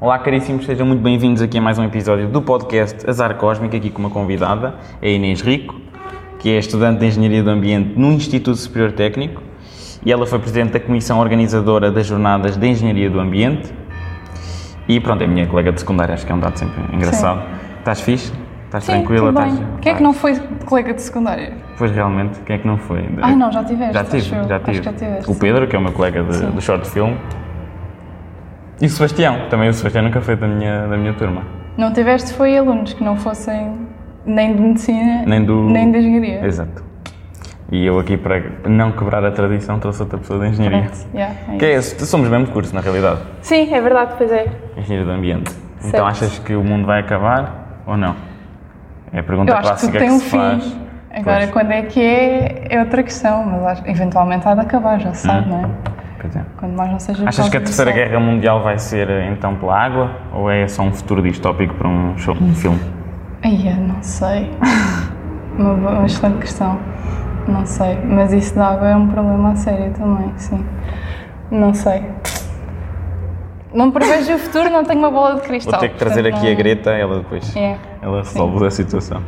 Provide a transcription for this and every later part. Olá, caríssimos, sejam muito bem-vindos aqui a mais um episódio do podcast Azar Cósmico, aqui com uma convidada, a Inês Rico, que é estudante de Engenharia do Ambiente no Instituto Superior Técnico e ela foi presidente da comissão organizadora das Jornadas de Engenharia do Ambiente. E pronto, é minha colega de secundária, acho que é um dado sempre engraçado. Estás fixe? Estás Sim, tranquila? tá tudo bem. Estás... Quem é que não foi colega de secundária? Pois realmente, quem é que não foi? Ah, não, já tiveste. Já acho tive, eu. já Acho tive. que já tiveste. o Pedro, que é o meu colega de, do short film. E o Sebastião, também o Sebastião nunca foi da minha, da minha turma. Não tiveste foi alunos que não fossem nem de medicina, Nem do. nem de engenharia. Exato. E eu aqui para não quebrar a tradição trouxe outra pessoa da engenharia. Pronto, yeah, é Que isso. é esse? Somos mesmo curso, na realidade. Sim, é verdade, pois é. Engenharia do ambiente. Certo. Então achas que o mundo vai acabar ou não? É a pergunta Eu acho que clássica tudo tem um se fim. faz. Agora, Pois. quando é que é, é outra questão, mas acho, eventualmente há de acabar, já se sabe, não é? Pois é. Quando mais não seja. Hum. Achas que a Terceira guerra? Guerra Mundial vai ser então pela água ou é só um futuro distópico para um, show, um filme? Ai, eu não sei. uma, boa- uma excelente questão. Não sei. Mas isso da água é um problema a sério também, sim. Não sei. Não prevejo o futuro, não tenho uma bola de Vou cristal. ter que trazer portanto, aqui não- a Greta, ela depois É. ela resolve a situação.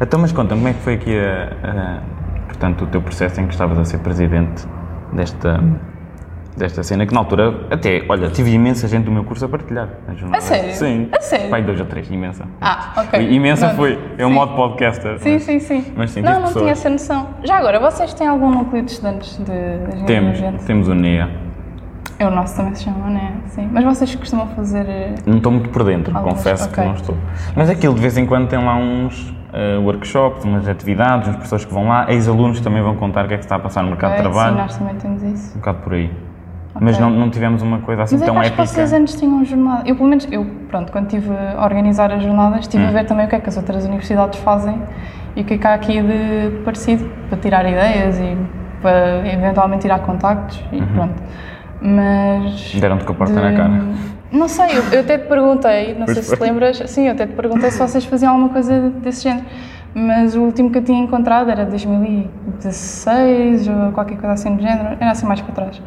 Então, mas conta-me como é que foi aqui a, a- portanto, o teu processo em que estavas a ser presidente desta, desta cena, que na altura até, olha, tive imensa gente do meu curso a partilhar. nas jornadas. sério? Sim. A sério? Pai, dois ou três, imensa. Ah, ok. Foi Imensa Pronto. foi, é um Sim. modo podcaster. Sim, sim, sim. Mas sim, não, tive não pessoas. tinha essa noção. Já agora, vocês têm algum núcleo de estudantes de, de engenharia Temos, de ambiente? temos um o NEA. É o nosso também se chama, né? Sim. Mas vocês costumam fazer. eh, Não estou muito por dentro, Alguns, confesso que ok. não estou. Mas aquilo de vez em quando tem lá uns eh, workshops, umas atividades, umas pessoas que vão lá, ex-alunos também vão contar o que é que se está a passar no mercado eh, de trabalho. Sim, nós também temos isso. Um bocado por aí. Mas não, não tivemos uma coisa assim Mas é que tão acho que épica. vocês antes tinham jornada. Eu, pelo menos, eu, pronto, quando estive a organizar as jornadas, estive a ver também o que é que as outras universidades fazem e o que é que há aqui de parecido, para tirar ideias e para eventualmente tirar contactos e pronto. Mas. Deram-te com a porta na cara. Hum, Não sei, eu, eu até te perguntei, não sei foi. se te lembras, sim, eu até te perguntei se vocês faziam alguma coisa desse género. Mas o último que eu tinha encontrado era 2016 ou qualquer coisa assim do género, era assim mais para trás.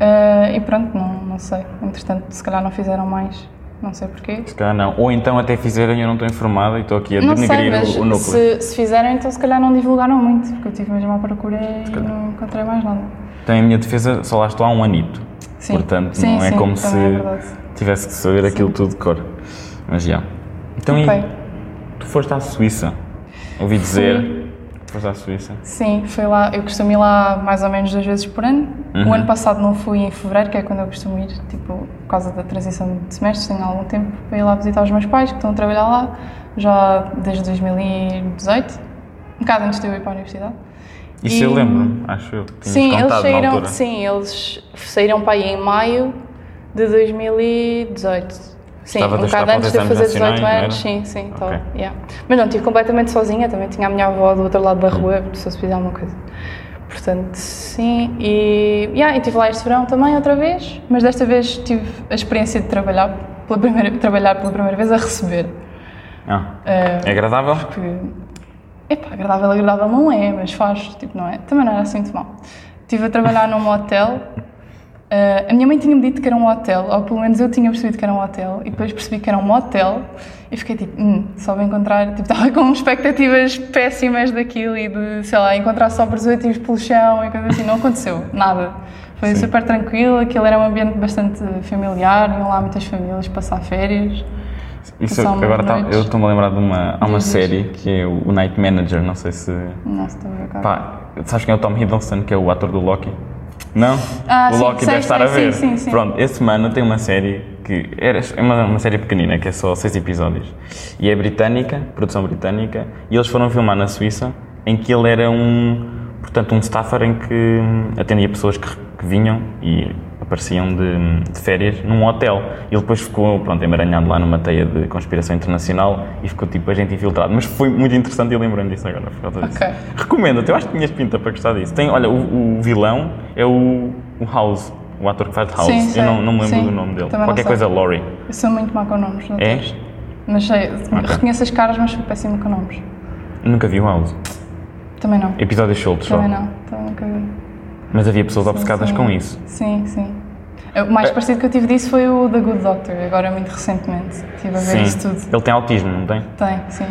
Ah, e pronto, não, não sei. Entretanto, se calhar não fizeram mais, não sei porquê. Se calhar não. Ou então até fizerem, eu não estou informado e estou aqui a Não sei, denegrir mas o, o núcleo. se, se fizeram, então se calhar não divulgaram muito, porque eu estive mesmo à procura e não encontrei mais nada. Então, em minha defesa, só lá estou há um anito. Sim. Portanto, Sim, não é sim, como também se é verdade. tivesse que saber aquilo tudo de cor. Mas já. Então, e Ok. tu foste à Suíça. Ouvi dizer. que Foste à Suíça. Sim, fui lá, eu costumo ir lá mais ou menos duas vezes por ano. O ano passado não fui em fevereiro, que é quando eu costumo ir, tipo, por causa da transição de semestres, tenho algum tempo para ir lá visitar os meus pais, que estão a trabalhar lá já desde 2018, um bocado antes de eu ir para a universidade. Isso E- eu lembro, acho eu. Tinhas Sim, eles contado na saíram, altura. sim, eles saíram para aí em maio de 2018. Sim, Estava a um deixar bocado para antes os de eu exames fazer 18 nacionais, não anos, era? sim, sim, Ok. estava, yeah. Mas não, estive completamente sozinha, também tinha a minha avó do outro lado da Hum. rua, se eu fizer alguma coisa. Portanto, sim, e yeah, e estive lá este verão também outra vez, mas desta vez tive a experiência de trabalhar pela primeira, trabalhar pela primeira vez a receber. Ah, Ah, é agradável? que epá, agradável, agradável não é, mas faz, tipo, não é? Também não era assim muito mal. Estive a trabalhar num hotel. ah, a minha mãe tinha-me dito que era um hotel, ou pelo menos eu tinha percebido que era um hotel, e depois percebi que era um motel, e fiquei tipo, hum, só vou encontrar. Tipo, estava com expectativas péssimas daquilo e de, sei lá, encontrar só preservativos pelo chão e coisa assim. Não aconteceu, nada. Foi super tranquilo, aquilo era um ambiente bastante familiar, iam lá muitas famílias passar férias. Isso, Passar umas agora tá- noites. eu estou-me a lembrar de uma, há uma série que é o Night Manager, não sei se. Nossa, estou a ver agora. Pá, sabes quem é o Tom Hiddleston, que é o ator do Loki? Não? Ah, o sim, Loki sei, deve estar sei, a ver. sim, sim, sim. Pronto, esse semana tem uma série que era, é uma, uma série pequenina, que é só seis episódios. E é britânica, produção britânica, e eles foram filmar na Suíça, em que ele era um, portanto, um staffer em que hum, atendia pessoas que, que vinham e apareciam de, de férias num hotel. E ele depois ficou, pronto, emaranhado lá numa teia de conspiração internacional e ficou tipo a gente infiltrado. Mas foi muito interessante e lembrando disso agora, por causa disso. Ok. Recomendo-te, eu acho que tinhas pinta para gostar disso. Tem, olha, o, o vilão é o, o House, o ator que faz de House. Sim, sei. eu não, não me lembro Sim, do nome dele. também não Qualquer sei. coisa Laurie. Eu sou muito má com nomes, não É? Mas sei, reconheço as caras, mas sou péssimo com nomes. Nunca vi o House. Também não. Episódios soltos só. Também não. Também nunca vi. Mas havia pessoas obcecadas sim. com isso. Sim, sim. O mais É. parecido que eu tive disso foi o The Good Doctor, agora é muito recentemente. Estive a ver isso tudo. Ele tem autismo, não tem? Tem, sim.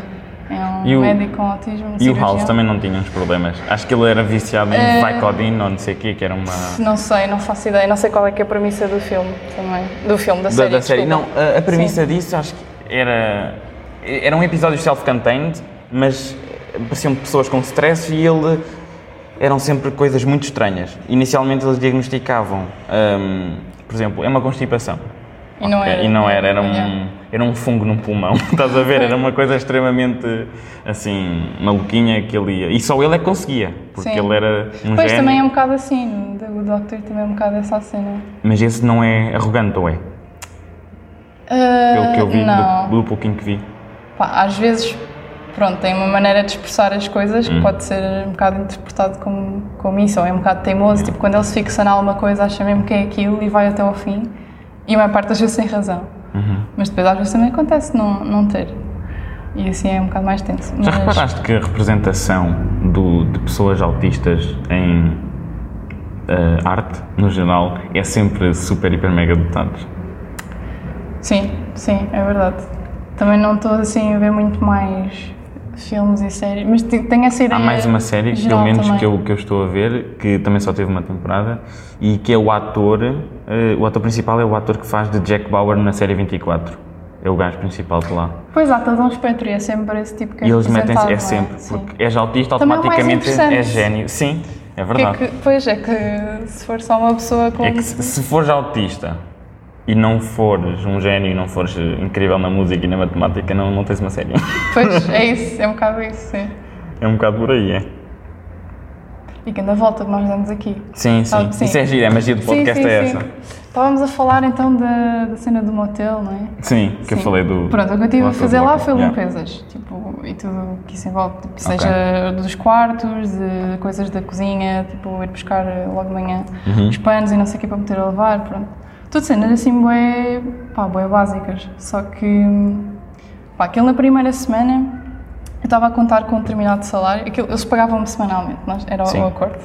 É um E o- médico com autismo. um E o cirurgião. House também não tinha uns problemas. Acho que ele era viciado em Eh, Vicodin ou não sei o quê, que era uma. Não sei, não faço ideia, não sei qual é que é a premissa do filme também. Do filme, da, Da, série. da série. Não, desculpa. a, a premissa disso acho que era. Era um episódio self-contained, mas eh, pareciam pessoas com stress e ele. Eram sempre coisas muito estranhas. Inicialmente eles diagnosticavam, hum, por exemplo, é uma constipação. E não Ok, era. E não era, era Yeah. um, era um fungo no pulmão, estás a ver? Era uma coisa extremamente, assim, maluquinha que ele ia. E só ele é que conseguia, porque Sim. ele era um Pois gênio. também é um bocado assim, no The Good Doctor também é um bocado essa cena. Mas esse não é arrogante, ou é? Pelo Ah, que eu vi, não. do, do pouquinho que vi. Pá, às vezes, pronto, tem uma maneira de expressar as coisas Hum. que pode ser um bocado interpretado como, como isso, ou é um bocado teimoso. Hum. Tipo, quando ele se fixa em alguma coisa, acha mesmo que é aquilo e vai até ao fim. E a maior parte das vezes tem razão. Uhum. Mas depois às vezes também acontece não, não ter. E assim é um bocado mais tenso. Já Mas- reparaste que a representação do- de pessoas autistas em eh, arte, no geral, é sempre super, hiper, mega dotados? Sim, sim, é verdade. Também não estou assim a ver muito mais filmes e séries, mas te- tenho essa ideia. Há mais uma série, pelo Eh, geral menos, também. que eu, que eu estou a ver, que também só teve uma temporada, e que é o ator, eh, o ator principal é o ator que faz de Jack Bauer na série 24. É o gajo principal de lá. Pois há todo um espectro e é sempre esse tipo que é E eles metem-se, representado, é não sempre, Sim. porque és autista, Também é o mais automaticamente é interessante. gênio. Sim, é Que é verdade. que- pois é que se for só uma pessoa com. É que se se fores autista e não fores um gênio e não fores eh, incrível na música e na matemática, não, não tens uma série. Pois é isso, é um bocado isso, sim. É um bocado por aí, é? E que anda a volta que nós damos aqui. Sim, sim. Ah, sim. Isso é giro, é a magia do podcast é essa. Estávamos a falar então da, da cena do motel, não é? Sim, que eu Sim. falei do. Pronto, o que eu tive do a ator fazer do lá Loki. foi Yeah. limpezas. Tipo, e tudo que isso envolve. Tipo, Seja dos quartos, de coisas da cozinha, tipo, ir buscar logo de manhã Uhum. os panos e não sei o que para meter a lavar, pronto. Tudo cenas assim, bué, pá, bué básicas. Só que, pá, aquilo na primeira semana, eu estava a contar com um determinado salário. Aquilo, eles pagavam-me semanalmente, nós, era o- Sim. o acordo.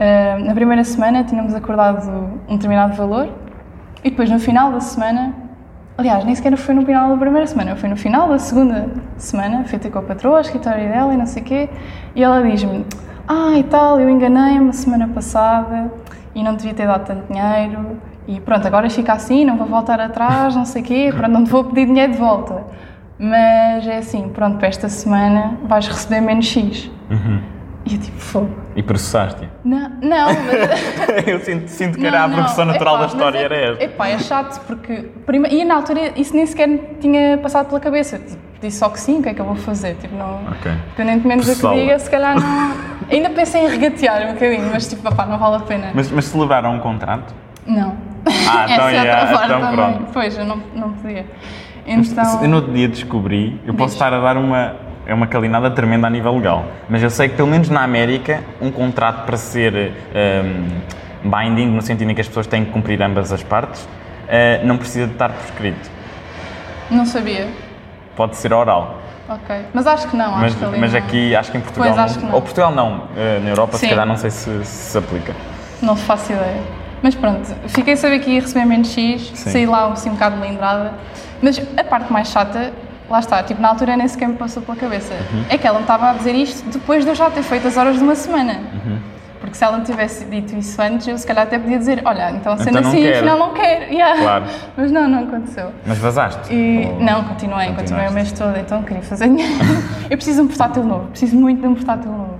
Ah, na primeira semana tínhamos acordado um determinado valor e depois no final da semana, aliás, nem sequer foi no final da primeira semana, foi no final da segunda semana, fui ter com a patroa, a escritório dela e não sei o quê, e ela diz-me: Ah, e tal, eu enganei-me a semana passada e não devia ter dado tanto dinheiro e pronto, agora fica assim, não vou voltar atrás, não sei o quê, pronto, não te vou pedir dinheiro de volta. Mas é assim, pronto, para esta semana vais receber menos X. E eu tipo, fogo. E processaste. Não, não, mas. eu sinto, sinto que não, era a não. progressão natural Epá, da história, mas era é, esta. Epá, é chato porque. prima- E na altura isso nem sequer tinha passado pela cabeça. Tipo, disse só que sim, o que é que eu vou fazer? Tipo, não. Ok. Independentemente do Pessoal. que diga, se calhar não. Ainda pensei em regatear um bocadinho, mas tipo, opá, não vale a pena. Mas, mas celebraram um contrato? Não. Ah, então, Essa é yeah, a travar então também. pronto. Pois, eu não, não podia. Então. Se- No outro dia descobri, eu posso Diz. estar a dar uma, é uma calinada tremenda a nível legal, mas eu sei que pelo menos na América, um contrato para ser ehm, binding, no sentido em que as pessoas têm que cumprir ambas as partes, eh, não precisa de estar prescrito. Não sabia. Pode ser oral, Ok. Mas acho que não, mas, acho que ali. mas não- aqui acho que em Portugal, Pois, acho que não. ou Portugal não, eh, na Europa se Sim. calhar não sei se se aplica. Não faço ideia. Mas pronto, fiquei a saber que ia receber menos X, Sim. saí lá assim um bocado lindrada. Mas a parte mais chata, lá está, tipo, na altura nem sequer me passou pela cabeça. Uhum. É que ela me estava a dizer isto depois de eu já ter feito as horas de uma semana. Uhum. Porque se ela me tivesse dito isso antes, eu se calhar até podia dizer: Olha, então sendo Então não assim, quero. afinal não quero. Yeah. Claro. Mas não, não aconteceu. Mas vazaste? E, Ou- não, continuei, continuei o continuaste? mês todo, então queria fazer dinheiro. eu preciso de um portátil novo, preciso muito de um portátil novo.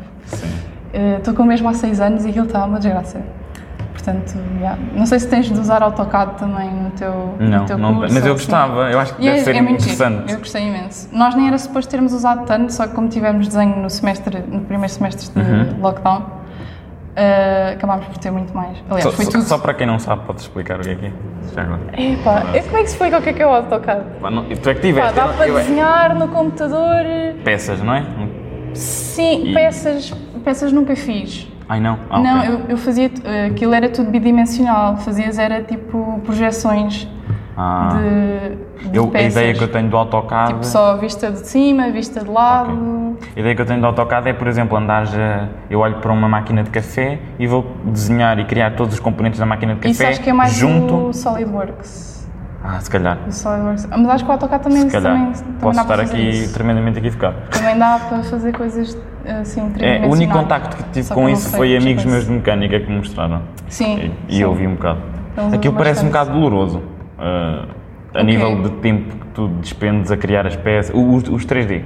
Eh, Estou com o mesmo há 6 anos e aquilo está uma desgraça. Portanto, já. não sei se tens de usar AutoCAD também no teu, Não, no teu não, curso. mas eu ou assim. gostava, eu acho que E deve é- ser é muito giro, interessante. Eu gostei imenso. Nós nem era suposto termos usado tanto, só que como tivemos desenho no semestre, no primeiro semestre de Uhum. lockdown, eh, acabámos por ter muito mais. Aliás, Só, foi só- tudo. só para quem não sabe, podes explicar o que é que é? Já agora. Epá, e como é que se explica o que é que é o AutoCAD? Pá, não- Tu é que Pá, tiveste. dá eu- para eu- desenhar no computador. eh, Peças, não é? Sim, E- peças, peças nunca fiz. Ai não. Ah, não, ok. eu, eu fazia. t- eh, Aquilo era tudo bidimensional. Fazias era tipo projeções Ah, de. de Eu, a peças. ideia que eu tenho do autocarro. Tipo, só vista de cima, vista de lado. A ideia que eu tenho do AutoCAD é, por exemplo, andar já, eu olho para uma máquina de café e vou desenhar e criar todos os componentes da máquina de café Isso acho que é mais junto. o SolidWorks. Ah, se calhar. O SolidWorks. Ah, Mas acho que o AutoCAD também, Se calhar. também, também Posso dá para estar fazer aqui isso. tremendamente equivocado. Também dá para fazer coisas assim, É, o tridimensionais. único contacto que tive Só com eu não isso sei foi muitas amigos meus coisas. de mecânica que me mostraram. Sim. Então, E, e eu vi um bocado. Eles Aquilo usam parece um bastante. bocado doloroso. ah, a Ok. nível de tempo que tu despendes a criar as peças. O- Os, os 3D.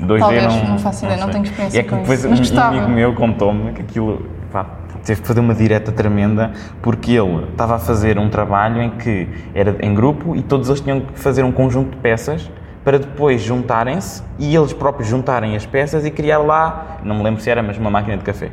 2D Talvez, não. não faço ideia, não sei. tenho experiência E é que com depois isso, mas um- um, gostava. amigo meu contou-me que aquilo. Pá, teve que fazer uma direta tremenda porque ele estava a fazer um trabalho em que era em grupo e todos eles tinham que fazer um conjunto de peças para depois juntarem-se e eles próprios juntarem as peças e criar lá, não me lembro se era, mas uma máquina de café.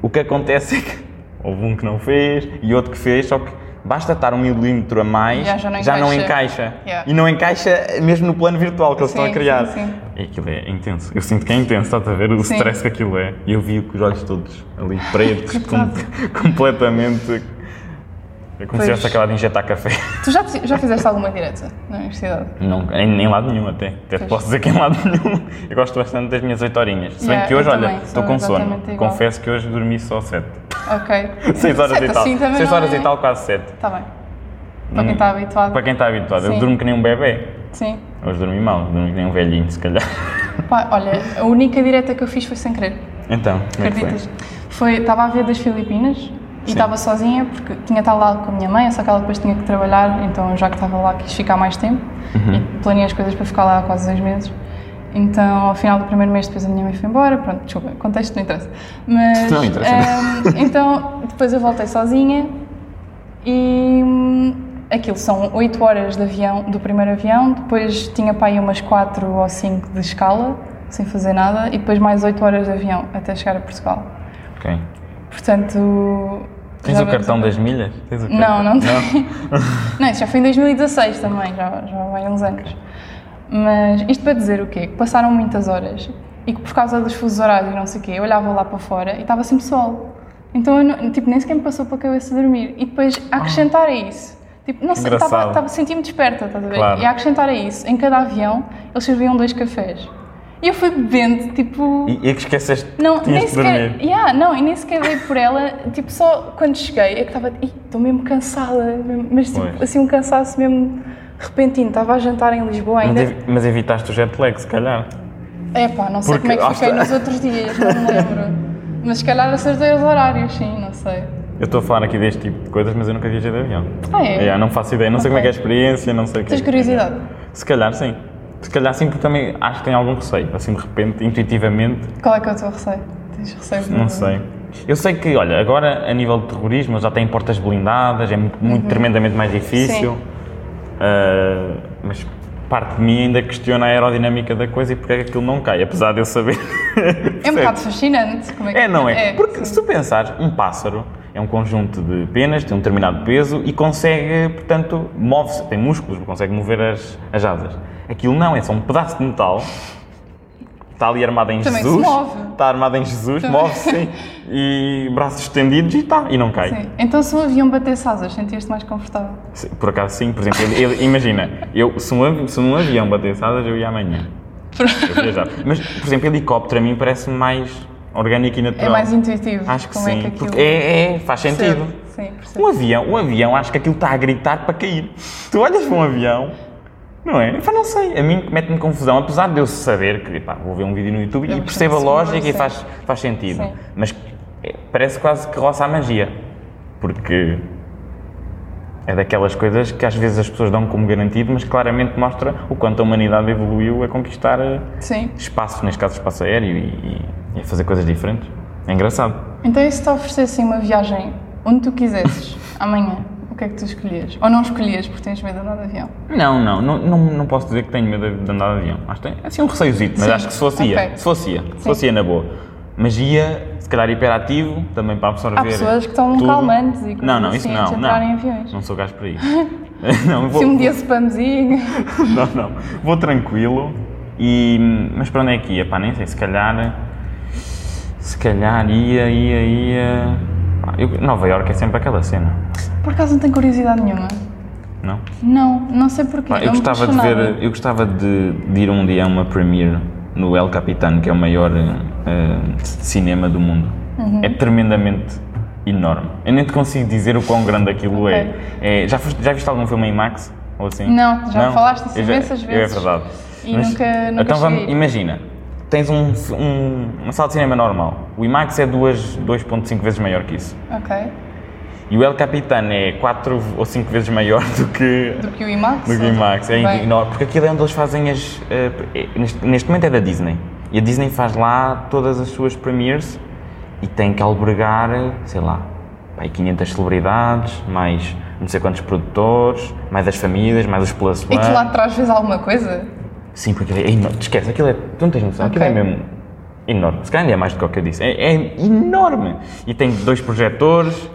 O que acontece é que houve um que não fez e outro que fez, só que basta estar um milímetro a mais, Já- já encaixa. não encaixa. Yeah. E não encaixa mesmo no plano virtual que eles Sim, estão a criar. sim, sim. E aquilo é intenso. Eu sinto que é intenso, estás a ver o Sim. stress que aquilo é. E eu vi com os olhos todos ali pretos, com- Coitado. completamente. É como Pois. se tivesse acabado de injetar café. Tu já, já fizeste alguma direta na universidade? Não, em, em lado nenhum até. Até te Pois. posso dizer que em lado nenhum. Eu gosto bastante das minhas 8 horinhas. Se bem Yeah, que hoje, eu olha, também, estou sou com sono. exatamente igual. Confesso que hoje dormi só 7. Ok. 6 horas Certo, e tal. assim também 6 não horas é- e tal, quase 7. Está bem. Para quem está habituado. Para quem está habituado, eu Sim. durmo que nem um bebê. Sim. Hoje dormi mal, dormi que nem um velhinho, se calhar. Pá, olha, a única direta que eu fiz foi sem querer. Então, como é que foi? Acreditas? Foi, estava a ver das Filipinas e estava sozinha porque tinha estado lá com a minha mãe, só que ela depois tinha que trabalhar, então já que estava lá quis ficar mais tempo Uhum. e planeei as coisas para ficar lá há quase dois meses. Então, ao final do primeiro mês, depois a minha mãe foi embora, pronto, desculpa, contexto não interessa. Mas, Não interessa, ehm, então, depois eu voltei sozinha e hum, aquilo são 8 horas de avião, do primeiro avião, depois tinha para aí umas 4 ou 5 de escala, sem fazer nada, e depois mais 8 horas de avião até chegar a Portugal. Ok. Portanto. Tens já o vamos- cartão das milhas? Tens o Não, cartão? não tenho. Não, isso já foi em 2016 também, já, já vai uns anos. Mas isto para dizer o quê? Que passaram muitas horas e que por causa dos fusos horários e não sei o quê, eu olhava lá para fora e estava sempre sol. Então, eu não- tipo, nem sequer me passou pela cabeça dormir. E depois, a acrescentar a isso, tipo, não sei, Engraçado. estava, estava, senti-me desperta, estás a ver? Claro. E a acrescentar a isso, em cada avião, eles serviam dois cafés. E eu fui bebendo, tipo... E, e que esqueceste Não, que tinhas nem de dormir. sequer, yeah, não, e nem sequer dei por ela, tipo, só quando cheguei é que estava, "Ih, estou mesmo cansada, mesmo- mas tipo, Pois. assim um cansaço mesmo repentino, estava a jantar em Lisboa Mas, ainda, evi- mas evitaste o jet lag, se calhar. é pá, não sei Porque como é que acho fiquei que- nos outros dias, não me lembro, mas se calhar acertei os horários, sim, não sei, Eu estou a falar aqui deste tipo de coisas, mas eu nunca viajei de avião. Ah, é? Yeah, não faço ideia, não sei Ok. como é que é a experiência, não sei o que. tens curiosidade? Se calhar sim. Se calhar sim, porque também acho que tem algum receio. Assim, de repente, intuitivamente, Qual é que é o teu receio? Tens receio? de- Não sei. Eu sei que, olha, agora a nível de terrorismo já tem portas blindadas, é muito, muito tremendamente mais difícil. Sim. Ah, mas parte de mim ainda questiona a aerodinâmica da coisa e porque é que aquilo não cai, apesar de eu saber. É um bocado fascinante, como é que É, não é? Porque sim. se tu pensares, um pássaro é um conjunto de penas, tem um determinado peso e consegue, portanto, move-se, tem músculos, consegue mover as, as asas. Aquilo não, é só um pedaço de metal. Está ali armado em Também se Jesus. move. Está armado em Jesus, Também. move-se sim. E braços estendidos e está, e não cai. Sim. Então se o avião batesse asas, sentias-te mais confortável? Se- Por acaso sim, por exemplo, eu- eu- imagina, eu, se, um, avi- se um avião batesse asas, eu ia amanhã. Eu viajava. Mas, por exemplo, helicóptero a mim parece-me mais orgânico e É natural. mais intuitivo, Acho que como sim, é que aquilo... porque é, é, faz sentido. Percebo. Sim, percebo. Um avião, um avião, acho que aquilo está a gritar para cair. Tu olhas para um avião, não é? Eu falo, não sei, a mim mete-me confusão, apesar de eu saber que, pá, vou ver um vídeo no YouTube É e bastante percebo a seguro, lógica e sim. faz, faz sentido. Sim. Mas é, parece quase que roça a magia, porque é daquelas coisas que às vezes as pessoas dão como garantido, mas claramente mostra o quanto a humanidade evoluiu a conquistar eh, Sim. espaço, neste caso espaço aéreo, e, e a fazer coisas diferentes. É engraçado. Então, e se te oferecessem uma viagem onde tu quisesses, amanhã, o que é que tu escolhias? Ou não escolhias porque tens medo de andar de avião? Não, não, não, não, não posso dizer que tenho medo de andar de avião. Acho que tenho assim um receiozito, mas Sim, acho que se fosse ia. ok. Se fosse ia, se fosse ia na boa. Mas ia, se calhar hiperativo, também para absorver. Há pessoas que estão tudo. calmantes e coisas Não, não, isso assim, não. antes de Não, entrar em aviões. não sou gajo para isso. não, vou, Se um dia se spamzinho. não, não. Vou tranquilo. E, mas para onde é que ia? Pá, nem sei. Se calhar. Se calhar ia, ia, ia. Pá, eu- Nova Iorque é sempre aquela cena. Por acaso não tenho curiosidade nenhuma. Não? Não, não sei porquê. Pá, eu não me gostava de puxou nada. ver, eu gostava de, de ir um dia a uma premiere no El Capitan, que é o maior eh, cinema do mundo. Uhum. É tremendamente enorme. Eu nem te consigo dizer o quão grande aquilo Ok. é. É, já, foste- já viste algum filme em IMAX? Ou assim? Não, já falaste isso Eu já- imensas eu vezes. É verdade. E nunca- nunca então vamos, cheguei. imagina, tens um, fi- um- uma sala de cinema normal. O IMAX é duas- 2.5 vezes maior que isso. Ok. E o El Capitan é 4 ou 5 vezes maior do que Do que o IMAX? do Game Max, é Bem, enorme, porque aquilo é onde eles fazem as. eh, é- neste, neste momento é da Disney. E a Disney faz lá todas as suas premieres e tem que albergar, sei lá, pá, aí 500 celebridades, mais não sei quantos produtores, mais as famílias, mais os plus E one. tu lá atrás vês alguma coisa? Sim, porque aquilo é enorme. Esquece, aquilo é. Tu não tens noção, aquilo Ok. é mesmo enorme. Se calhar ainda é mais do que o que eu disse. É, é enorme! E tem dois projetores,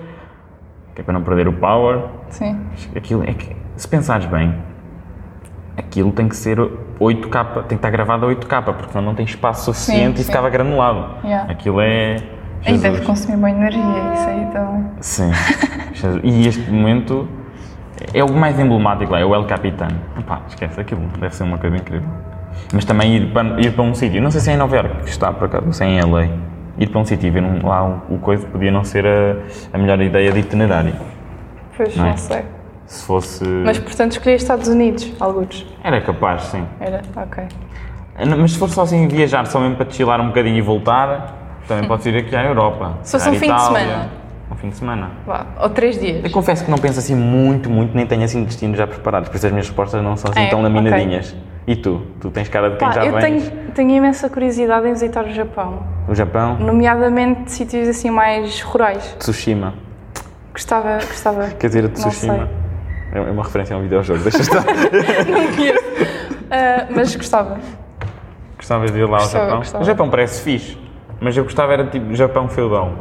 que é para não perder o power. Sim. Aquilo é que, se pensares bem, aquilo tem que ser 8K, tem que estar gravado a 8K, porque senão não tem espaço suficiente e sim. ficava granulado. Yeah. Aquilo é. Aí Jesus. deve consumir boa energia, isso aí então. também. Sim. Jesus. E este momento é o mais emblemático lá, é o El Capitan. Epá, esquece aquilo, deve ser uma coisa incrível. Mas também ir para, ir para um sítio, não sei se é em Nova Iorque, que está por acaso, ou se é em LA. Ir para um sítio e ver um- lá o, o coisa podia não ser a, a melhor ideia de itinerário. Pois, Não não, é? sei. Se fosse. Mas, portanto, escolhi Estados Unidos, alguns. Era capaz, sim. Era? Ok. Não, Mas se for só assim viajar, só mesmo para chilar um bocadinho e voltar, também pode ir aqui à Europa. Se fosse calhar um fim de Itália. semana. Um fim de semana. Vá, ou três dias. Eu confesso que não penso assim muito, muito, nem tenho assim destinos já preparados, por isso as minhas respostas não são assim É, tão ok. laminadinhas. E tu? Tu tens cara de quem Pá, já eu vens? tenho, tenho imensa curiosidade em visitar o Japão, O Japão? nomeadamente sítios assim mais rurais. Tsushima. Gostava, gostava. Quer dizer, sei. Tsushima. É é uma referência a um videojogo, deixa estar. Ah, mas gostava. Gostavas de ir lá ao Gostava, Japão? gostava. O Japão parece fixe, mas eu gostava era tipo Japão feudal,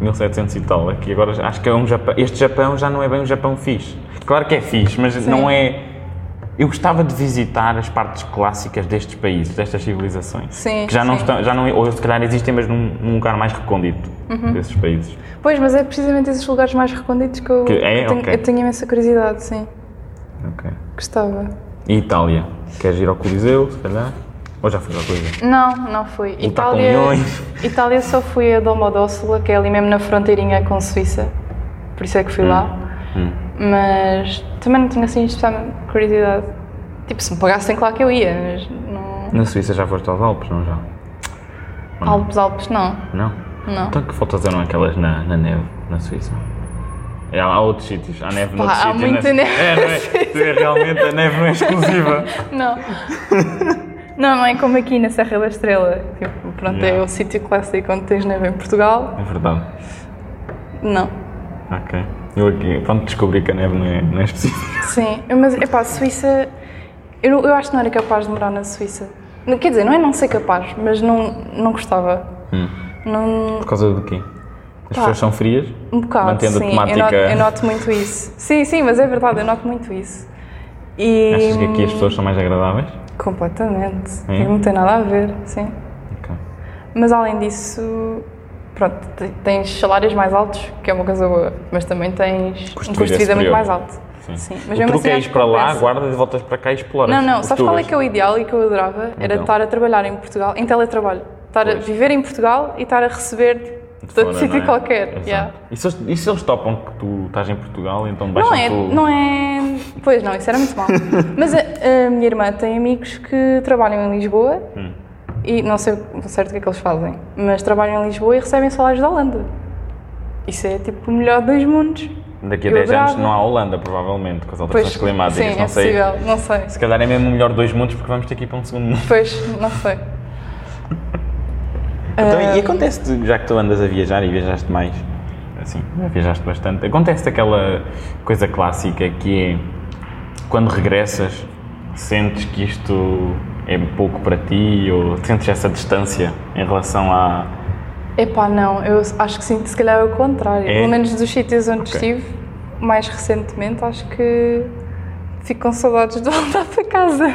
1700 e tal. Aqui agora acho que é um Japão, este Japão já não é bem um Japão fixe. Claro que é fixe, mas não é. Eu gostava de visitar as partes clássicas destes países, destas civilizações. Sim, Que já não sim. estão, já não, é, ou se calhar existem, mas num, num lugar mais recôndito Uhum. desses países. Pois, mas é precisamente esses lugares mais recônditos que eu, Que é? eu tenho, Ok. eu tenho imensa curiosidade, sim. Ok. Gostava. E Itália? Queres ir ao Coliseu, se calhar? Ou já foste ao Coliseu? Não, não fui. Lutar com leões. Itália só fui a Domodossola, que é ali mesmo na fronteirinha com Suíça. Por isso é que fui Hum. lá. Mas também não tenho assim especialmente curiosidade. Tipo, se me pagassem, claro que eu ia, mas não. Na Suíça já foste aos Alpes, não já? Não. Alpes, Alpes, não. Não? Não. Então que fotos eram aquelas na, na neve, na Suíça? É, há outros sítios, há neve Pá, noutros há sítios. muita na- neve. É, não é? Tu é realmente a neve não é exclusiva. Não. não, não é como aqui na Serra da Estrela. Tipo, pronto, é Yeah. o sítio clássico onde tens neve em Portugal. É verdade. Não. Ok. Eu aqui, pronto, descobri que a neve não é, não é específica. Sim, mas epá, Suíça. Eu, não- eu acho que não era capaz de morar na Suíça. Não- Quer dizer, não é não ser capaz, mas não, não gostava. Não, Hum. Por causa do quê? As Pá. pessoas são frias? um bocado, Mantendo sim. a Eu noto, temática. eu noto muito isso. Sim, sim, mas é verdade, eu noto muito isso. E. Achas que aqui as pessoas são mais agradáveis? Completamente. É? Não tem nada a ver, sim. Ok. Mas além disso, pronto, te- tens salários mais altos, que é uma coisa boa, mas também tens Custo um de custo de vida vida muito superior. mais alto. Sim. o mesmo truque assim é acho ir que para lá, compensa. guardas e voltas para cá e exploras. Não, não, os sabes qual é tours. que é o ideal e que eu adorava? Era Então. estar a trabalhar em Portugal, em teletrabalho. Estar a Pois. viver em Portugal e estar a receber de Fora, todo sítio não é? qualquer. Exato. yeah. E, se, eles- e se eles topam que tu estás em Portugal, então Não baixam é, tu... não é. Pois não, isso era muito mal. Mas a, a minha irmã tem amigos que trabalham em Lisboa Hum. e não sei o certo o que é que eles fazem, mas trabalham em Lisboa e recebem salários da Holanda. Isso é tipo o melhor dos mundos. Daqui a Eu 10 anos adorava. não há Holanda, provavelmente, com as alterações climáticas, sim, não é sei. possível, não sei. Se calhar é mesmo o melhor dois mundos porque vamos ter que ir para um segundo mundo. Pois, não sei. Ah. Então, e acontece, já que tu andas a viajar e viajaste mais, assim, já viajaste bastante, acontece aquela coisa clássica que é quando regressas sentes que isto é pouco para ti ou sentes essa distância em relação a. Epá, não, eu acho que sim, se calhar é o contrário. É? Pelo menos dos sítios onde Ok. estive, mais recentemente, acho que fico com saudades de voltar para casa.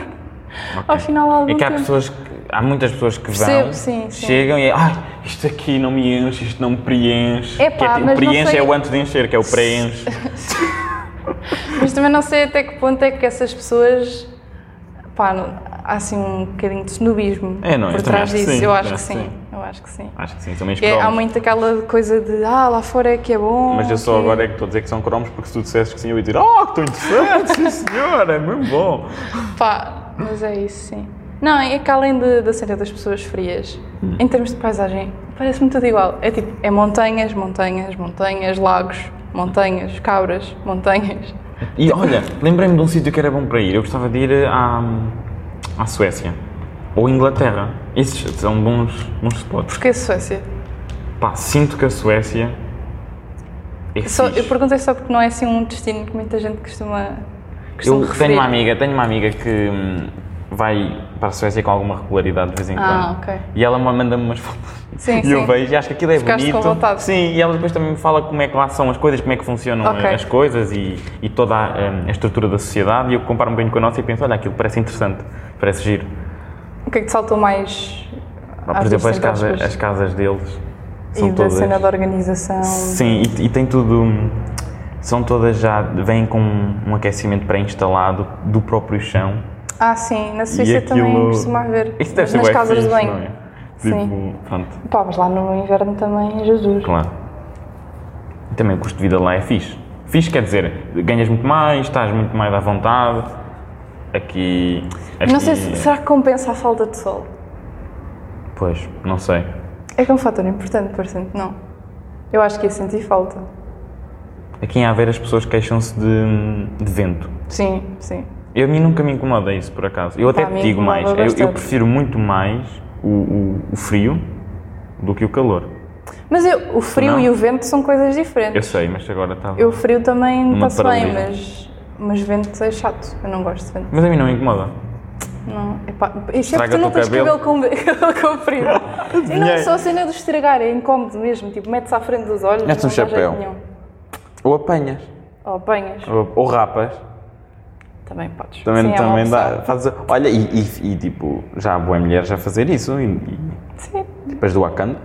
Ao final, há algum É que há tempo. pessoas que, há muitas pessoas que vão, Percebo, sim, sim. chegam e é, ai, isto aqui não me enche, isto não me preenche. Epá, Que é, tipo, mas não preenche sei- é o antes de encher, que é o preenche. Mas Mas também não sei até que ponto é que essas pessoas. pá, não- há assim um bocadinho de snobismo É, não, eu também por trás acho que disso. sim, eu acho acho que que sim. sim. Eu acho que sim. Acho que sim, são menos É, há cromos. muito aquela coisa de ah, lá fora é que é bom. Mas eu só que- agora é que estou a dizer que são cromos porque se tu dissesses que sim, eu ia dizer Oh, que estou interessante, sim senhora, é muito bom. Pá, mas é isso, sim. Não, é que além de- da cena das pessoas frias, Hum. em termos de paisagem, parece-me tudo igual. É tipo, é montanhas, montanhas, montanhas, lagos, montanhas, cabras, montanhas. E olha, lembrei-me de um sítio que era bom para ir. Eu gostava de ir eh, à, à Suécia ou Inglaterra. Esses são bons, bons spots. Porquê é Suécia? Pá, sinto que a Suécia é Só, fixe. eu perguntei só porque não é assim um destino que muita gente costuma, costuma Eu referir. tenho uma amiga, tenho uma amiga que hum, vai para a Suécia com alguma regularidade de vez em quando. Ah, ok. E ela me manda-me umas fotos. Sim, e sim. eu vejo e acho que aquilo é Ficaste com bonito. vontade. Sim, e ela depois também me fala como é que lá são as coisas, como é que funcionam Ok. as coisas e, e toda a, hum, a estrutura da sociedade. E eu comparo um bocadinho com a nossa e penso, olha, aquilo parece interessante, parece giro. O que é que te saltou mais? Pá, à por exemplo, vista, as entre casas, aspas? as casas deles são E assim da todas... cena da organização. Sim, e, e tem tudo. hum, São todas já. vêm com um, um aquecimento pré-instalado do próprio chão. Ah, sim, na Suíça também costuma haver. Isso deve ser nas bué casas fixe, de banho. não é? Sim. Tipo, pronto, Pá, mas lá no inverno também, é Jesus. claro. E também o custo de vida lá é fixe. Fixe quer dizer, ganhas muito mais, estás muito mais à vontade. Aqui. aqui Não sei, é. se, será que compensa a falta de sol? Pois, não sei. É que é um fator importante, parece-me que não. Eu acho que ia sentir falta. Aqui em Aveiro as pessoas queixam-se de, de vento. Sim, sim. Eu, a mim nunca me incomoda isso, por acaso. Eu até Pá, a te mim digo mais, incomoda eu, eu bastante. prefiro muito mais o, o- o frio do que o calor. Mas eu- o frio Não. e o vento são coisas Eu diferentes. sei, mas agora tá está. Eu, o frio também Uma está-se bem, paralisia. mas, mas vento é chato. Eu não gosto de vento. Mas a mim não me incomoda. Não, epá, isto é Estraga porque tu o não teu tens cabelo, com, comprido. e não é só a cena de estragar, é incómodo mesmo. Tipo, metes à frente dos olhos. Mete um não dá jeito chapéu. nenhum. Ou apanhas. Ou apanhas. Ou, ou rapas. Também podes. Também, Sim, é uma também dá. opção. Fazes- olha, e, e- e, tipo, já há boa mulher já a fazer isso. E, e, Sim. tipo as do Wakanda.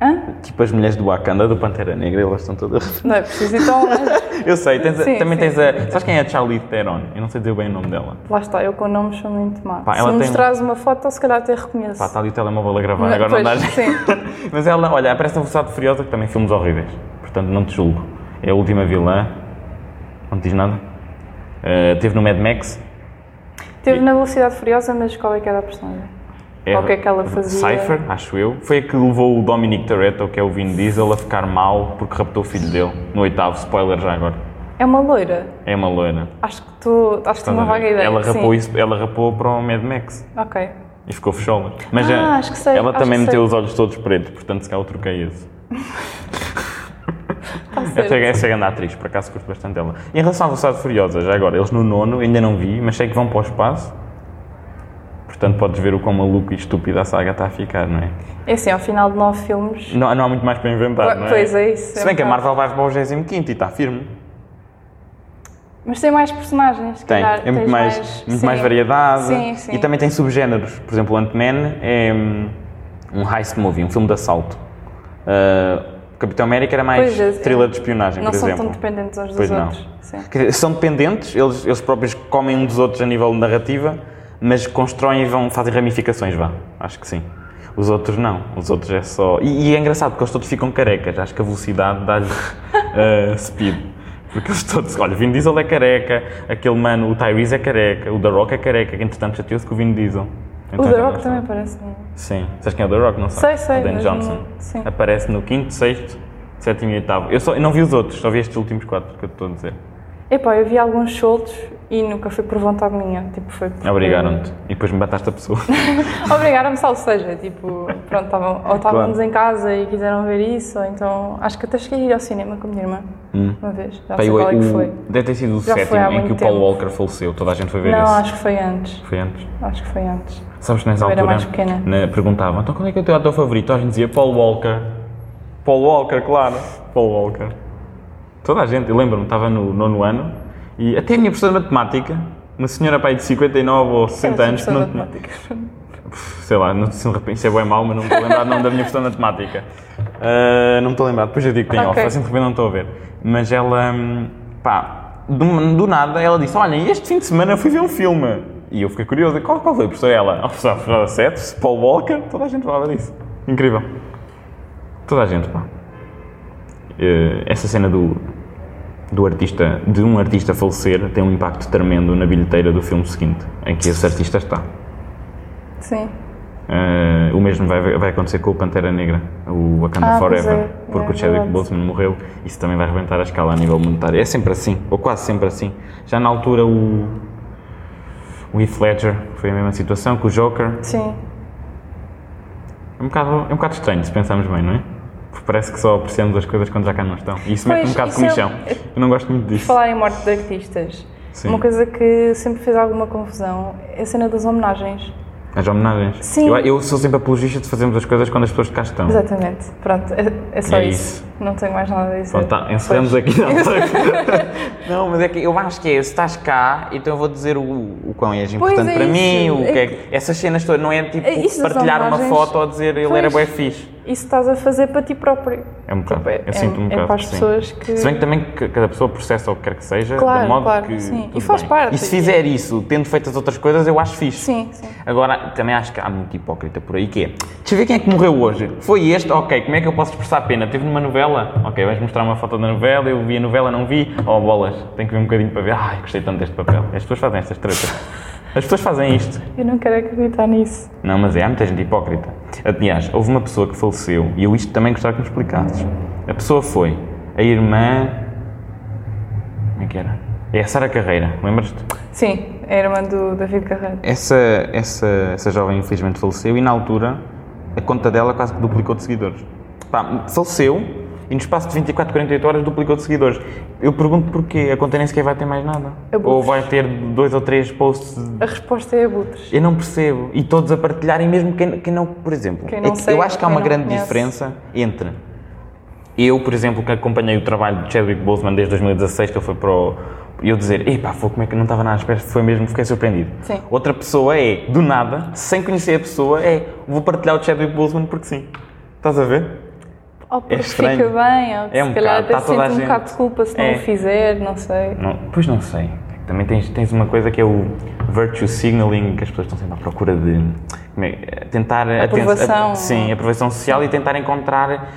Hã? Tipo as mulheres do Wakanda, do Pantera Negra, elas estão todas. Não é preciso ir tão longe. Eu sei, tens a- Sim, também sim, tens a. Sabes quem é a Charlie Theron? Eu não sei dizer bem o nome dela. Lá está, eu com nomes sou muito má. Pá, se ela me tem- um- mostrares uma foto, se calhar até reconheço. Pá, está ali o telemóvel a gravar, Mas- agora não dá pois, jeito. Mas ela, olha, aparece na Velocidade Furiosa, que também filmes horríveis. Portanto, não te julgo. É a última vilã. Não te diz nada. Eh, teve no Mad Max. Teve na Velocidade Furiosa, mas qual é que era a personagem? É- Ou o que é que ela fazia? Cypher, acho eu. Foi a que levou o Dominic Toretto, que é o Vin Diesel, a ficar mal porque raptou o filho dele. No oitavo, spoiler já agora. É uma loira. É uma loira. Acho que tu. Acho que tu uma vaga ideia. ela, sim. rapou isso, ela rapou para o Mad Max Ok. e ficou fechola. Mas Ah, eh, acho que sei, ela acho também que meteu sei. os olhos todos pretos, portanto, se calhar eu troquei esse. Está Essa, certo. essa é a grande atriz, por acaso curto bastante dela. Em relação à Velocidade Furiosa, já agora, eles no nono, ainda não vi, mas sei que vão para o espaço. Portanto, podes ver o quão maluco e estúpida a saga está a ficar, não é? É assim, ao final de nove filmes. Não, não há muito mais para inventar, Pois- não é? pois é isso, Se é bem que a verdade. Marvel vai para o 25 e está firme. Mas tem mais personagens. se Tem, calhar é muito tens mais, muito sim. mais variedade. Sim, sim. E também tem subgéneros. Por exemplo, o Ant-Man é hum, um heist movie, um filme de assalto. Ah, o Capitão América era mais Pois é, thriller de espionagem, Não por são exemplo. tão dependentes uns dos Pois não. outros. Sim. Quer dizer, São dependentes, eles, eles próprios comem um dos outros a nível de narrativa, mas constroem e vão, fazem ramificações, vá. Acho que sim. Os outros não. Os outros é só. E, e é engraçado porque eles todos ficam carecas. Acho que a velocidade dá-lhe eh, speed. Porque eles todos. Olha, Vin Diesel é careca, aquele mano, o Tyrese é careca, o The Rock é careca, que entretanto chateou-se com o Vin Diesel. O Então, The já Rock não também sabe. parece. um- Sim. Sabes quem é o The Rock? Não Sei, sabe? sei, O Dan mas Johnson. não- sim. Aparece no quinto, sexto, sétimo e oitavo. Eu, só, eu não vi os outros, só vi estes últimos quatro que eu te estou a dizer. Epá, eu vi alguns soltos e nunca foi por vontade minha. Tipo, foi porque- Obrigaram-te. E depois me mataste a pessoa. Obrigaram-me, ou seja, tipo, pronto, estavam, ou estávamos em casa e quiseram ver isso, ou então acho que até cheguei a ir ao cinema com a minha irmã uma vez. Já Hum. Pá, sei eu- qual é o- que foi. Deve ter sido o Já foi sétimo há em que o muito Paul tempo. Walker faleceu. Toda a gente foi ver Não, esse. acho que foi antes. Foi antes. Acho que foi antes. Sabes que nessa Eu era altura mais pequena. na- perguntavam então qual é que é o teu ator favorito? A gente dizia Paul Walker. Paul Walker, claro. Paul Walker. Toda a gente, eu lembro-me, estava no nono ano e até a minha professora de matemática, uma senhora pai de 59 ou 60 anos, que não tinha- sei lá, não, se de repente isso é bem mau, mas não me estou a lembrar o nome da minha professora de matemática. Ah, não me estou a lembrar, depois eu digo que tem Ok. off, assim de repente não estou a ver. Mas ela, hum, pá, do, do nada, ela disse: Olha, este fim de semana eu fui ver um filme. E eu fiquei curioso: qual, qual foi? Professor ela? "Oh, Professor Fernanda Setos, Paul Walker, toda a gente falava disso. Incrível. Toda a gente, pá. Eh, Essa cena do, do artista, de um artista falecer, tem um impacto tremendo na bilheteira do filme seguinte, em que esse artista está. Sim. Eh, o mesmo vai, vai acontecer com o Pantera Negra, o Wakanda Ah, pois Forever, é, porque é o Chadwick verdade. Boseman morreu. Isso também vai arrebentar a escala a nível monetário. É sempre assim, ou quase sempre assim. Já na altura, o, o Heath Ledger foi a mesma situação que o Joker. Sim. É um bocado, é um bocado estranho, se pensarmos bem, não é? Porque parece que só apreciamos as coisas quando já cá não estão. E isso mete Pois, um bocado de isso é- comichão. Eu não gosto muito disso. Falar em morte de artistas. Sim. Uma coisa que sempre fez alguma confusão é a cena das homenagens. As homenagens. Sim. Eu, eu sou sempre apologista de fazermos as coisas quando as pessoas de cá estão. Exatamente. Pronto, é, é só É isso. Não tenho mais nada a dizer. Pronto, tá, encerramos aqui. Não, não, mas é que eu acho que é, se estás cá, então eu vou dizer o, o quão és Pois importante é para isso, mim, o é que é que- essas cenas todas, não é tipo É isso das partilhar uma homenagens. foto ou dizer ele Pois. era bué fixe. Isso estás a fazer para ti próprio. É um bocado, Tipo, eu sinto um é bocado, para as sim. pessoas que. Se bem que também que cada pessoa processa o que quer que seja, Claro, do modo claro, que. sim. E tudo faz bem. parte. E se fizer isso, tendo feito as outras coisas, eu acho fixe. Sim, sim. Agora, também acho que há muito hipócrita por aí que é. Deixa eu ver quem é que morreu hoje. Foi este? Ok, como é que eu posso expressar a pena? Teve numa novela? Ok, vais mostrar uma foto da novela, eu vi a novela, não vi. Oh, bolas, tenho que ver um bocadinho para ver. Ai, gostei tanto deste papel. As pessoas fazem estas tretas. As pessoas fazem isto. Eu não quero acreditar nisso. Não, mas é, há muita gente hipócrita. Aliás, houve uma pessoa que faleceu e eu isto também gostava que me explicasses. A pessoa foi a irmã. Como é que era? É a Sara Carreira, lembras-te? Sim, é a irmã do David Carreiro. Essa, essa, essa jovem infelizmente faleceu e na altura a conta dela quase que duplicou de seguidores. Pá, faleceu e no espaço de 24, 48 horas duplicou de seguidores. Eu pergunto porquê, a conta nem sequer vai ter mais nada. Abutres. Ou vai ter dois ou três posts. A resposta é abutres. Eu não percebo. E todos a partilharem, mesmo quem, quem não, por exemplo. Quem não é que segue, eu acho que há quem uma não grande conhece. diferença entre eu, por exemplo, que acompanhei o trabalho de Chadwick Boseman desde 2016, que ele foi para o. Eu dizer, epá, foi como é que eu não estava nada à espera, foi mesmo, fiquei surpreendido. Sim. Outra pessoa é, do nada, sem conhecer a pessoa, é, vou partilhar o Chadwick Boseman porque sim. Estás a ver? Ou porque É estranho. fica bem, ou que É se um calhar bocado, até tá se toda a sente um gente. bocado de culpa se É. não o fizer, não sei. Não, pois não sei. É Também tens, tens uma coisa que é o virtue signaling, que as pessoas estão sempre à procura de como é, tentar aten- Aprovação. a- sim, aprovação social e tentar encontrar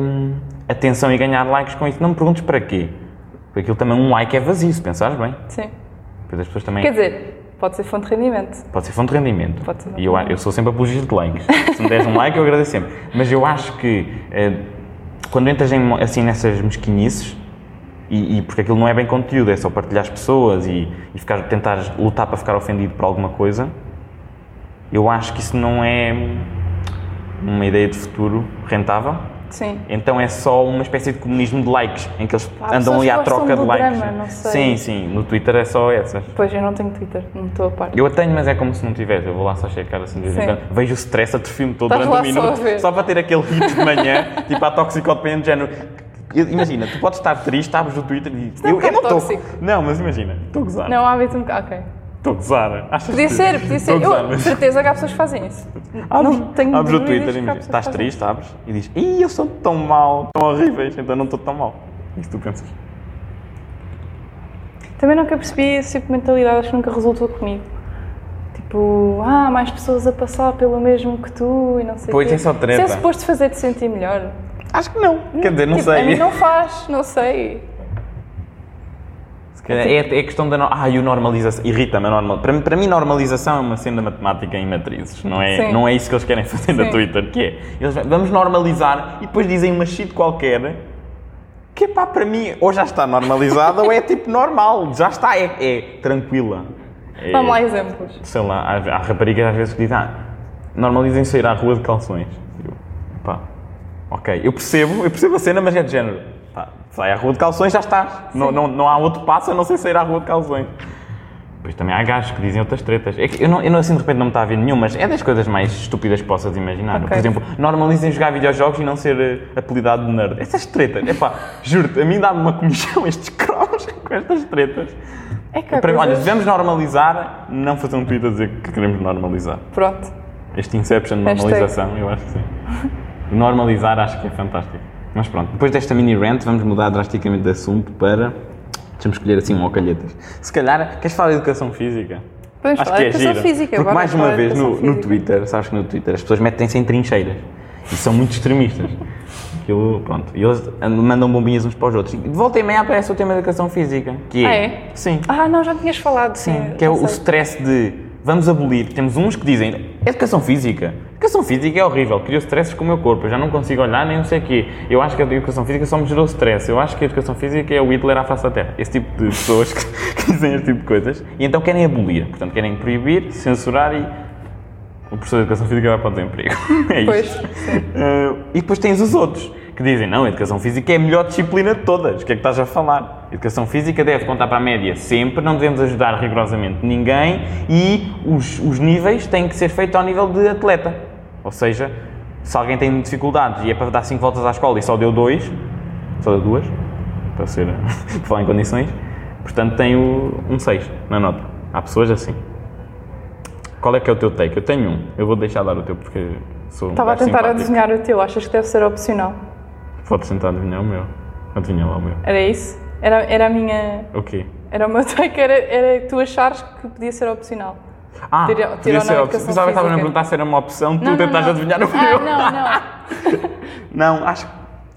hum, atenção e ganhar likes com isso. Não me perguntes para quê. Porque aquilo também, um like é vazio, se pensares bem. Sim. Depois as pessoas também. Quer dizer, pode ser fonte de rendimento. Pode ser fonte de rendimento. Pode ser. E eu, a- eu sou sempre apologista de likes. Se me deres um like, eu agradeço sempre. Mas eu acho que eh, quando entras em, mo- assim nessas mesquinhices, e, e porque aquilo não é bem conteúdo, é só partilhar as pessoas e, e ficar, tentar lutar para ficar ofendido por alguma coisa, eu acho que isso não é uma ideia de futuro rentável. Sim. Então é só uma espécie de comunismo de likes, em que eles Há andam ali à pessoas que troca de gostam do likes. drama, não sei. Sim, sim, no Twitter é só essas. Pois eu não tenho Twitter, não estou a par. Eu a tenho, mas é como se não tivesse. Eu vou lá só checar assim de vez em Sim. quando. Vejo o stress, atrofio-me todo Estás durante um lá só a minuto. ver. para ter aquele hit de manhã, tipo à toxicodependente, género. Eu- Imagina, tu podes estar triste, abres o Twitter e dizes. é um Eu, eu não bocado estou. tóxico. Não, mas imagina, estou a gozar. Não, há hábito um bocado. Ok. Estou a gozar. Achas Podia que- ser, podia Estou a ser. gozar, Eu, de mas- certeza que há pessoas que fazem isso. Abres, não tenho abres o Twitter dúvidas que e há imagina, pessoas estás que fazem triste, abres e dizes. Ih, eu sou tão mau, tão horríveis, então não estou tão mau. É isso que tu pensas. Também nunca percebi esse tipo de mentalidade, acho que nunca resultou comigo. Tipo, ah, mais pessoas a passar pelo mesmo que tu e não sei o Pois, quê. é só treta. Se é suposto fazer-te sentir melhor. Acho que não. Quer dizer, não Tipo, sei. A mim não faz, não sei. É, é a questão da. No... Ah, e o normalização. Irrita-me a normal. Para, mim- para mim, normalização é uma cena matemática em matrizes. Não é, Sim. não é isso que eles querem fazer no Sim. Twitter. Que é? Eles vão- vamos normalizar e depois dizem uma shit qualquer. Que pá, para mim, ou já está normalizada ou é tipo normal. Já está, é, é tranquila. É- Vamos lá exemplos. Sei lá, há, há raparigas às vezes que dizem, ah, normalizem sair à rua de calções. Eu, pá, ok, eu percebo, eu percebo a cena, mas é de género. Pá, sai à rua de calções, já estás. Não, não, não há outro passo a não ser sair à rua de calções. Depois também há gajos que dizem outras tretas. É que eu, não, eu não, assim de repente não me está a vir nenhum, mas é das coisas mais estúpidas que possas imaginar. Ok. Por exemplo, normalizem jogar videojogos e não ser eh, apelidado de nerd. Essas tretas, epá, juro-te, a mim dá-me uma comissão estes cromos com estas tretas. É que há Para mim, olha, coisas- devemos normalizar, não fazer um tweet a dizer que queremos normalizar. Pronto. Este Inception de Hashtag. normalização, eu acho que sim. Normalizar acho que é fantástico. Mas pronto, depois desta mini rant, vamos mudar drasticamente de assunto para Deixa-me escolher assim um ao calhetas. Se calhar, queres falar de educação física? é Podemos falar de educação física, Porque bora mais falar uma de vez no, educação no física. Twitter, sabes que no Twitter as pessoas metem-se em trincheiras e são muito extremistas. Aquilo, pronto. E eles andam- mandam bombinhas uns para os outros. E de volta e meia aparece o tema da educação física. Que é? Ah, é? Sim. Ah, não, já tinhas falado, sim. Sim, que é já o sei. stress de vamos abolir. Temos uns que dizem educação física. Educação física é horrível, criou stresses com o meu corpo. Eu já não consigo olhar nem não sei o quê. Eu acho que a educação física só me gerou stress. Eu acho que a educação física é o Hitler à face da Terra. Esse tipo de pessoas que, que dizem este tipo de coisas. E então querem abolir. Portanto, querem proibir, censurar e. O professor de educação física vai para o desemprego. É Pois, isto. Eh, e depois tens os outros que dizem: não, a educação física é a melhor disciplina de todas. O que é que estás a falar? A educação física deve contar para a média sempre, não devemos ajudar rigorosamente ninguém e os, os níveis têm que ser feitos ao nível de atleta. Ou seja, se alguém tem dificuldades e é para dar 5 voltas à escola e só deu 2, só deu 2, para ser, para falar em condições, portanto tem o, um 6 na nota. Há pessoas assim. Qual é que é o teu take? Eu tenho um. Eu vou deixar dar o teu porque sou um Estava a gajo tentar simpático. adivinhar o teu, achas que deve ser opcional? Podes tentar adivinhar o meu. Adivinha lá o meu. Era isso? Era, era a minha. O quê? Era o meu take, era, era tu achares que podia ser opcional. Ah, Tira- podia tira ou não ser a a opção. educação Pensava que estavam a física. perguntar se era uma opção, tu Não, não, tentaste não. adivinhar o Ah, meu. não, não. Não, acho,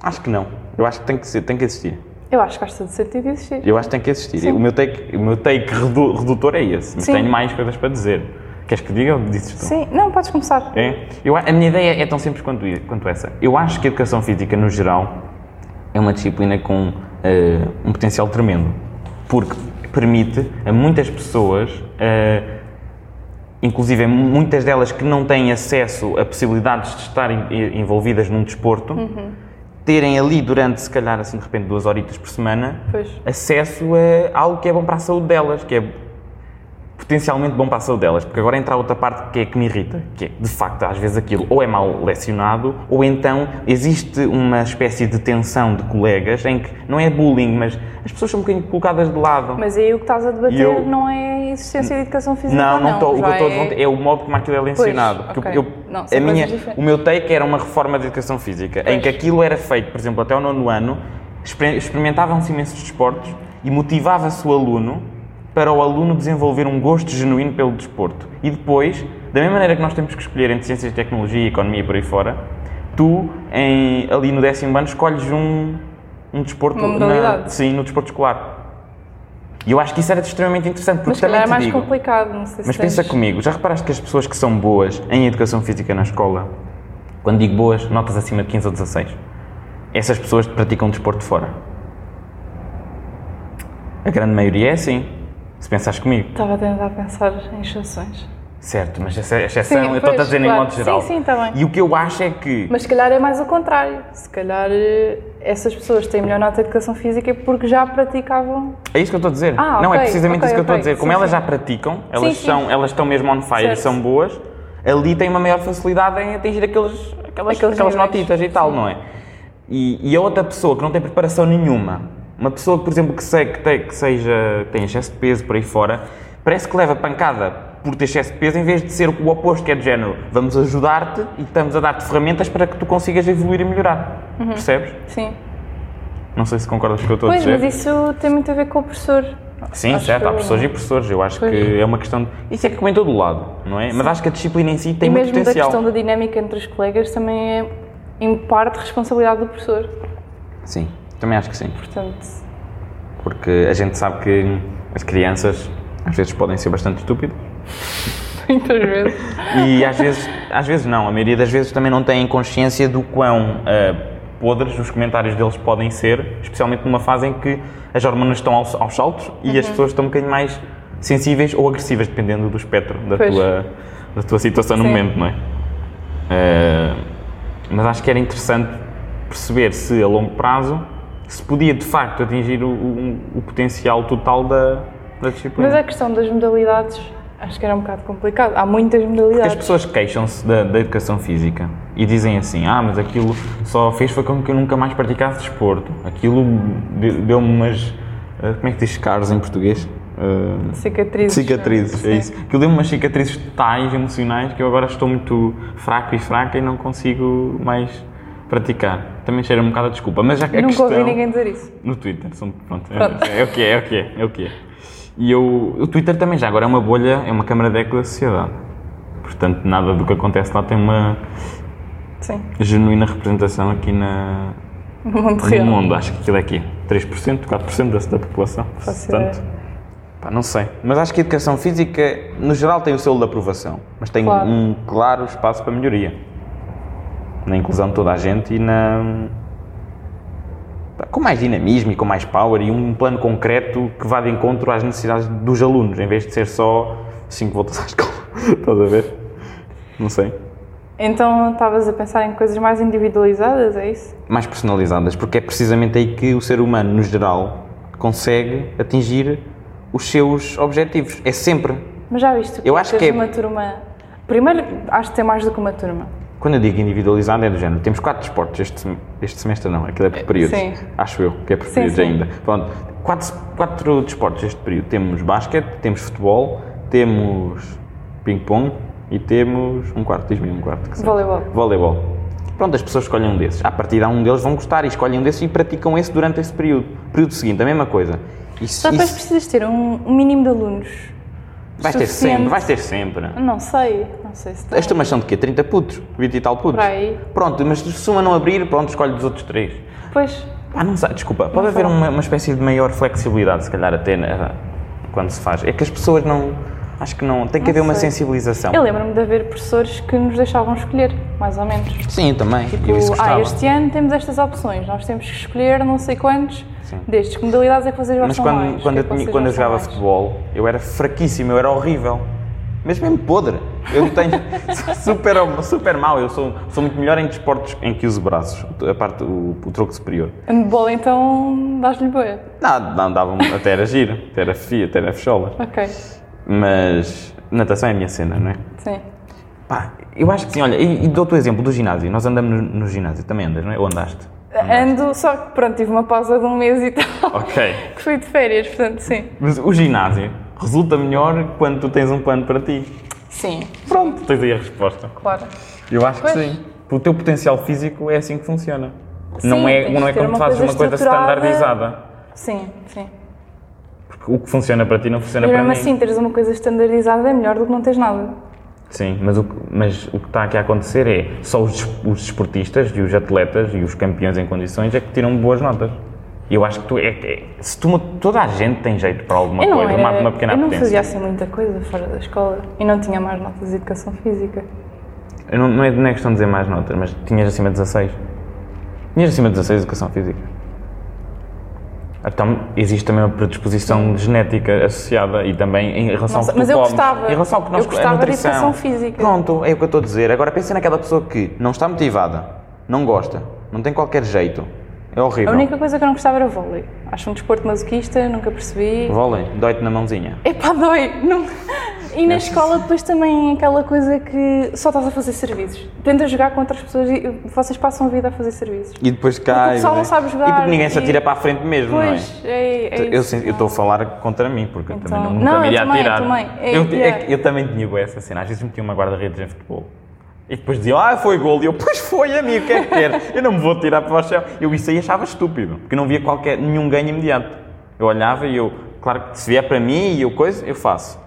acho que não. Eu acho que tem que, ser, tem que existir. Eu acho que faz todo sentido existir. Eu acho que tem que existir. Sim. O meu take, o meu take redu- redutor é esse, mas Sim. tenho mais coisas para dizer. Queres que diga ou dizes tu? Sim, não, podes começar. É? Eu, a minha ideia é tão simples quanto, i- quanto essa. Eu acho que a educação física, no geral, é uma disciplina com eh, um potencial tremendo, porque permite a muitas pessoas, eh, inclusive a mu- muitas delas que não têm acesso a possibilidades de estarem eh, envolvidas num desporto, terem ali durante, se calhar, assim, de repente, duas horitas por semana, Pois. acesso a algo que é bom para a saúde delas, que é potencialmente bom para a saúde delas, porque agora entra a outra parte que é que me irrita, que é que, de facto às vezes aquilo ou é mal lecionado, ou então existe uma espécie de tensão de colegas em que não é bullying, mas as pessoas são um bocadinho colocadas de lado. Mas aí o que estás a debater E eu- não é a existência de educação física. Não, não estou. O que eu já estou a dizer é o modo como aquilo é lecionado. Porque ok. eu- Não, a são minha, coisas diferentes. o meu take era uma reforma da educação física, em Pois. que aquilo era feito, por exemplo, até o nono ano, exper- experimentavam-se imensos desportos e motivava-se o aluno para o aluno desenvolver um gosto genuíno pelo desporto. E depois, da mesma maneira que nós temos que escolher entre ciências e tecnologia, economia e por aí fora, tu, em- ali no décimo ano, escolhes um, um desporto. Uma na- modalidade. sim, no desporto escolar. E eu acho que isso era extremamente interessante, porque Mas se também calhar é te mais digo, complicado, não sei se mas pensa tens- comigo, já reparaste que as pessoas que são boas em educação física na escola, quando digo boas, notas acima de 15 ou 16, essas pessoas praticam desporto fora. A grande maioria é assim, se pensares comigo. Estava a tentar pensar em exceções. Certo, mas essa é a exceção, Sim, eu estou a pois, dizer em claro. modo geral. Sim, sim, tá bem. E o que eu acho é que. Mas se calhar é mais o contrário. Se calhar eh, essas pessoas têm melhor nota de educação física porque já praticavam. É isso que eu estou a dizer. Ah, não, é ok, precisamente ok, isso que eu estou a ok. dizer. Como Sim, elas sim. já praticam, elas, sim. São, elas estão mesmo on fire Certo. e são boas, ali têm uma maior facilidade em atingir aqueles, aquelas, Aqueles aquelas níveis. notitas e tal, não é? E, e a outra pessoa que não tem preparação nenhuma, uma pessoa que, por exemplo, que, sei, que, tem, que seja, tem excesso de peso por aí fora, parece que leva pancada por ter excesso de peso em vez de ser o oposto, que é de género. Vamos ajudar-te e estamos a dar-te ferramentas para que tu consigas evoluir e melhorar. Percebes? Sim. Não sei se concordas com o que eu estou a Uhum. Pois, dizer. mas isso tem muito a ver com o professor. Sim, Acho certo, que há eu- professores e professores. Eu acho Pois. que é uma questão. De... Isso é que como em todo lado, não é? Mas acho que a disciplina em si tem e muito mesmo da potencial. questão da dinâmica entre os colegas também é, em parte, responsabilidade do professor. Sim, também acho que sim. Portanto, Porque a gente sabe que as crianças às vezes podem ser bastante estúpidas muitas vezes. e às vezes, às vezes não, a maioria das vezes também não têm consciência do quão ah, podres os comentários deles podem ser, especialmente numa fase em que as hormonas estão aos, aos saltos e Uhum. as pessoas estão um bocadinho mais sensíveis ou agressivas, dependendo do espectro da, Pois. tua, da tua situação no Sim. momento, não é? Ah, mas acho que era interessante perceber se a longo prazo se podia de facto atingir o, o- o potencial total da, da disciplina. Mas a questão das modalidades, acho que era um bocado complicado. Há muitas Porque as modalidades. pessoas queixam-se da, da educação física e dizem assim: ah, mas aquilo só fez foi com que eu nunca mais praticasse desporto. Aquilo de- deu-me umas. ah, como é que diz caros em português? Ah, Cicatrizes. cicatrizes, é Sim. isso. Aquilo deu-me umas cicatrizes tais emocionais que eu agora estou muito fraco e fraca e não consigo mais praticar. Também cheira um bocado a desculpa, mas já que a é Nunca questão... ouvi ninguém dizer isso. No Twitter, são, pronto, é- Pronto. É, o que é, é o que é, é o que é. E eu, o Twitter também já agora é uma bolha, é uma câmara de eco da sociedade. Portanto, nada do que acontece lá tem uma Sim. genuína representação aqui na, No mundo no real. Hum. mundo. Acho que aquilo é aqui. 3%, 4% da, da população. Faço Portanto, pá, não sei. Mas acho que a educação física, no geral, tem o selo de aprovação, mas tem Claro. um claro espaço para melhoria. Na inclusão de toda a gente e na. pá, com mais dinamismo e com mais power e um plano concreto que vá de encontro às necessidades dos alunos, em vez de ser só 5 voltas à escola. Estás a ver? Não sei. Então estavas a pensar em coisas mais individualizadas, é isso? mais personalizadas, porque é precisamente aí que o ser humano, no geral, consegue atingir os seus objetivos. É sempre. Mas já viste? Eu acho teres que é- uma turma. Primeiro, acho que tem mais do que uma turma. Quando eu digo individualizado, é do género. Temos quatro desportos este, sem- este semestre, não, aquilo é por períodos. sim. Acho eu, que é por períodos sim. ainda. Pronto, quatro, quatro desportos este período. Temos basquete, temos futebol, temos ping-pong e temos um quarto, diz-me um quarto. Que seja. Voleibol. Voleibol. Pronto, as pessoas escolhem um desses. À partida, um deles vão gostar e escolhem um desses e praticam esse durante esse período. Período seguinte, a mesma coisa. Isso, Só depois isso- precisas ter um, um mínimo de alunos. vais ter suficiente. sempre, vais ter sempre. Não sei, não sei se tem. As turmas são de quê? 30 putos? 20 e tal putos? Por aí. Pronto, mas se uma não abrir, pronto, escolhe dos outros três. Pois, Ah, não sei, desculpa, pode haver uma, uma espécie de maior flexibilidade, se calhar, até na- quando se faz. É que as pessoas não. Acho que não. Tem que haver uma sei. sensibilização. eu lembro-me de haver professores que nos deixavam escolher, mais ou menos. Sim, também. Tipo, eu isso gostava. ah, este ano temos estas opções, nós temos que escolher não sei quantos destes. Que modalidades é que vocês Mas gostam quando, quando, mais? que é eu, que tinha- vocês quando eu gostam jogava mais? futebol, eu era fraquíssimo, eu era horrível. Mas mesmo podre. Eu tenho. sou super, super mal. Eu sou, sou muito melhor em desportos em que uso braços, a parte, o, o troco superior. Handball, então, dás-lhe boa. Não, não dava até era giro, até era fia, até era fechola. Ok, Mas natação é a minha cena, não é? sim. Pá, eu acho que sim, olha, e, e dou-te o exemplo do ginásio. Nós andamos no, no ginásio, também andas, não é? Ou andaste? Ando, só que pronto, tive uma pausa de um mês e tal. Ok. Que fui de férias, portanto, sim. Mas o ginásio resulta melhor quando tu tens um plano para ti. Sim, Pronto, tens aí a resposta. claro. Eu acho Pois. que sim. O teu potencial físico é assim que funciona. Sim, não é, tens não é de ter como uma tu fazes coisa uma coisa estruturada. standardizada. Sim, sim. Porque o que funciona para ti não funciona Mas para mesmo mim. assim, teres uma coisa standardizada é melhor do que não teres nada. Sim, mas o, que- mas o que está aqui a acontecer é só os, des- os desportistas e os atletas e os campeões em condições é que tiram boas notas. Eu acho que tu é, é- se tu, toda a gente tem jeito para alguma eu não, coisa, era, uma, uma pequena eu não fazia potência. assim muita coisa fora da escola e não tinha mais notas de educação física. Eu Não, não, é, não é questão de dizer mais notas, mas tinhas acima de 16. Tinhas acima de 16 educação física. Então existe também uma predisposição genética associada e também em relação Nossa, ao que tu mas eu comes, gostava. Em relação ao que Eu nós gostava a de nutrição. educação física. Pronto, é o que eu estou a dizer. Agora pensa naquela pessoa que não está motivada, não gosta, não tem qualquer jeito. É horrível. A única coisa que eu não gostava era vôlei. Acho um desporto masoquista, nunca percebi. Vôlei, dói-te na mãozinha. Epá, dói! Não- E na escola depois também é aquela coisa que só estás a fazer serviços. Tentas jogar com outras pessoas e vocês passam a vida a fazer serviços. E depois Porque o cai. pessoal não né? sabe jogar E porque ninguém se e- atira para a frente mesmo, não é? Pois, é, é Eu isso. sei- eu estou a falar contra mim, porque eu Então- também não, Não, nunca me eu iria também, eu atirar. também. É, Eu, é yeah. que eu também tinha bué essa cena, às vezes metia uma guarda-redes em futebol. E depois diziam, ah, foi gol. E eu, pois foi, amigo, o que é que quer? Eu não me vou tirar para o chão. Eu isso aí achava estúpido, porque não via qualquer, nenhum ganho imediato. Eu olhava e eu, claro que se vier para mim e eu coisa, eu faço.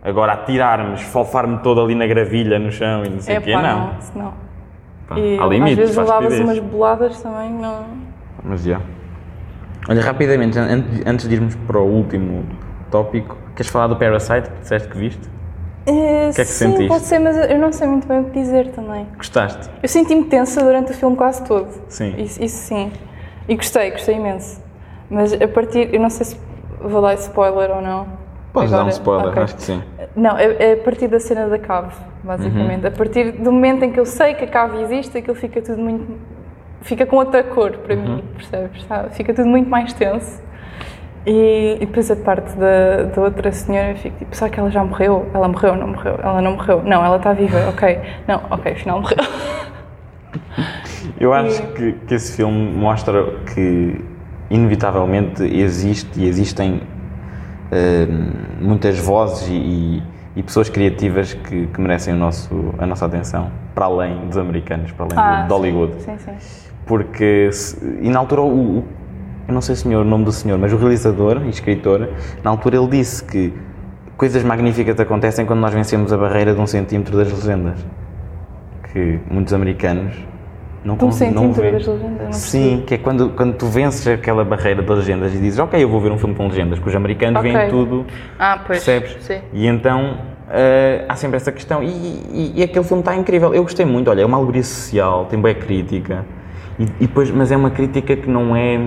Agora, atirar-me, esfalfar-me todo ali na gravilha, no chão e não sei o quê, pá, não. não. senão- Pá, E há limites, às vezes faz levavas estupidez. umas boladas também, não. Mas já. Olha, rapidamente, an- an- antes de irmos para o último tópico, queres falar do Parasite que disseste que viste? É, que é que sim, sentiste? pode ser, mas eu não sei muito bem o que dizer também. Gostaste? Eu senti-me tensa durante o filme quase todo. Sim. Isso, isso sim. E gostei, gostei imenso. Mas a partir. Eu não sei se vou dar spoiler ou não. Podes dar um Agora? spoiler, Ok. acho que sim. Não, é, é a partir da cena da cave, basicamente. Uhum. A partir do momento em que eu sei que a cave existe, aquilo fica tudo muito. fica com outra cor para Uhum. mim, percebes? Sabe? Fica tudo muito mais tenso. E, e depois a parte da, da outra senhora, eu fico tipo, será que ela já morreu? Ela morreu, não morreu? Ela não morreu? Não, ela está viva, ok. Não, ok, afinal morreu. Eu acho que, que esse filme mostra que, inevitavelmente, existe e existem hum, muitas vozes e, e pessoas criativas que, que merecem o nosso, a nossa atenção, para além dos americanos, para além Ah, do, de Hollywood. Sim, sim. Porque, se- e na altura, o, o- eu não sei o, senhor, o nome do senhor, mas o realizador e escritor, na altura ele disse que coisas magníficas acontecem quando nós vencemos a barreira de um centímetro das legendas. Que muitos americanos não De con- um não centímetro veem. das legendas, não Sim, que é quando, quando tu vences aquela barreira das legendas e dizes, ok, eu vou ver um filme com legendas, porque os americanos Ok. veem tudo, Ah, pois. percebes? Sim. E então eh, há sempre essa questão. E, e- e aquele filme está incrível. Eu gostei muito, olha, é uma alegoria social, tem boa crítica, e, e depois, mas é uma crítica que não é.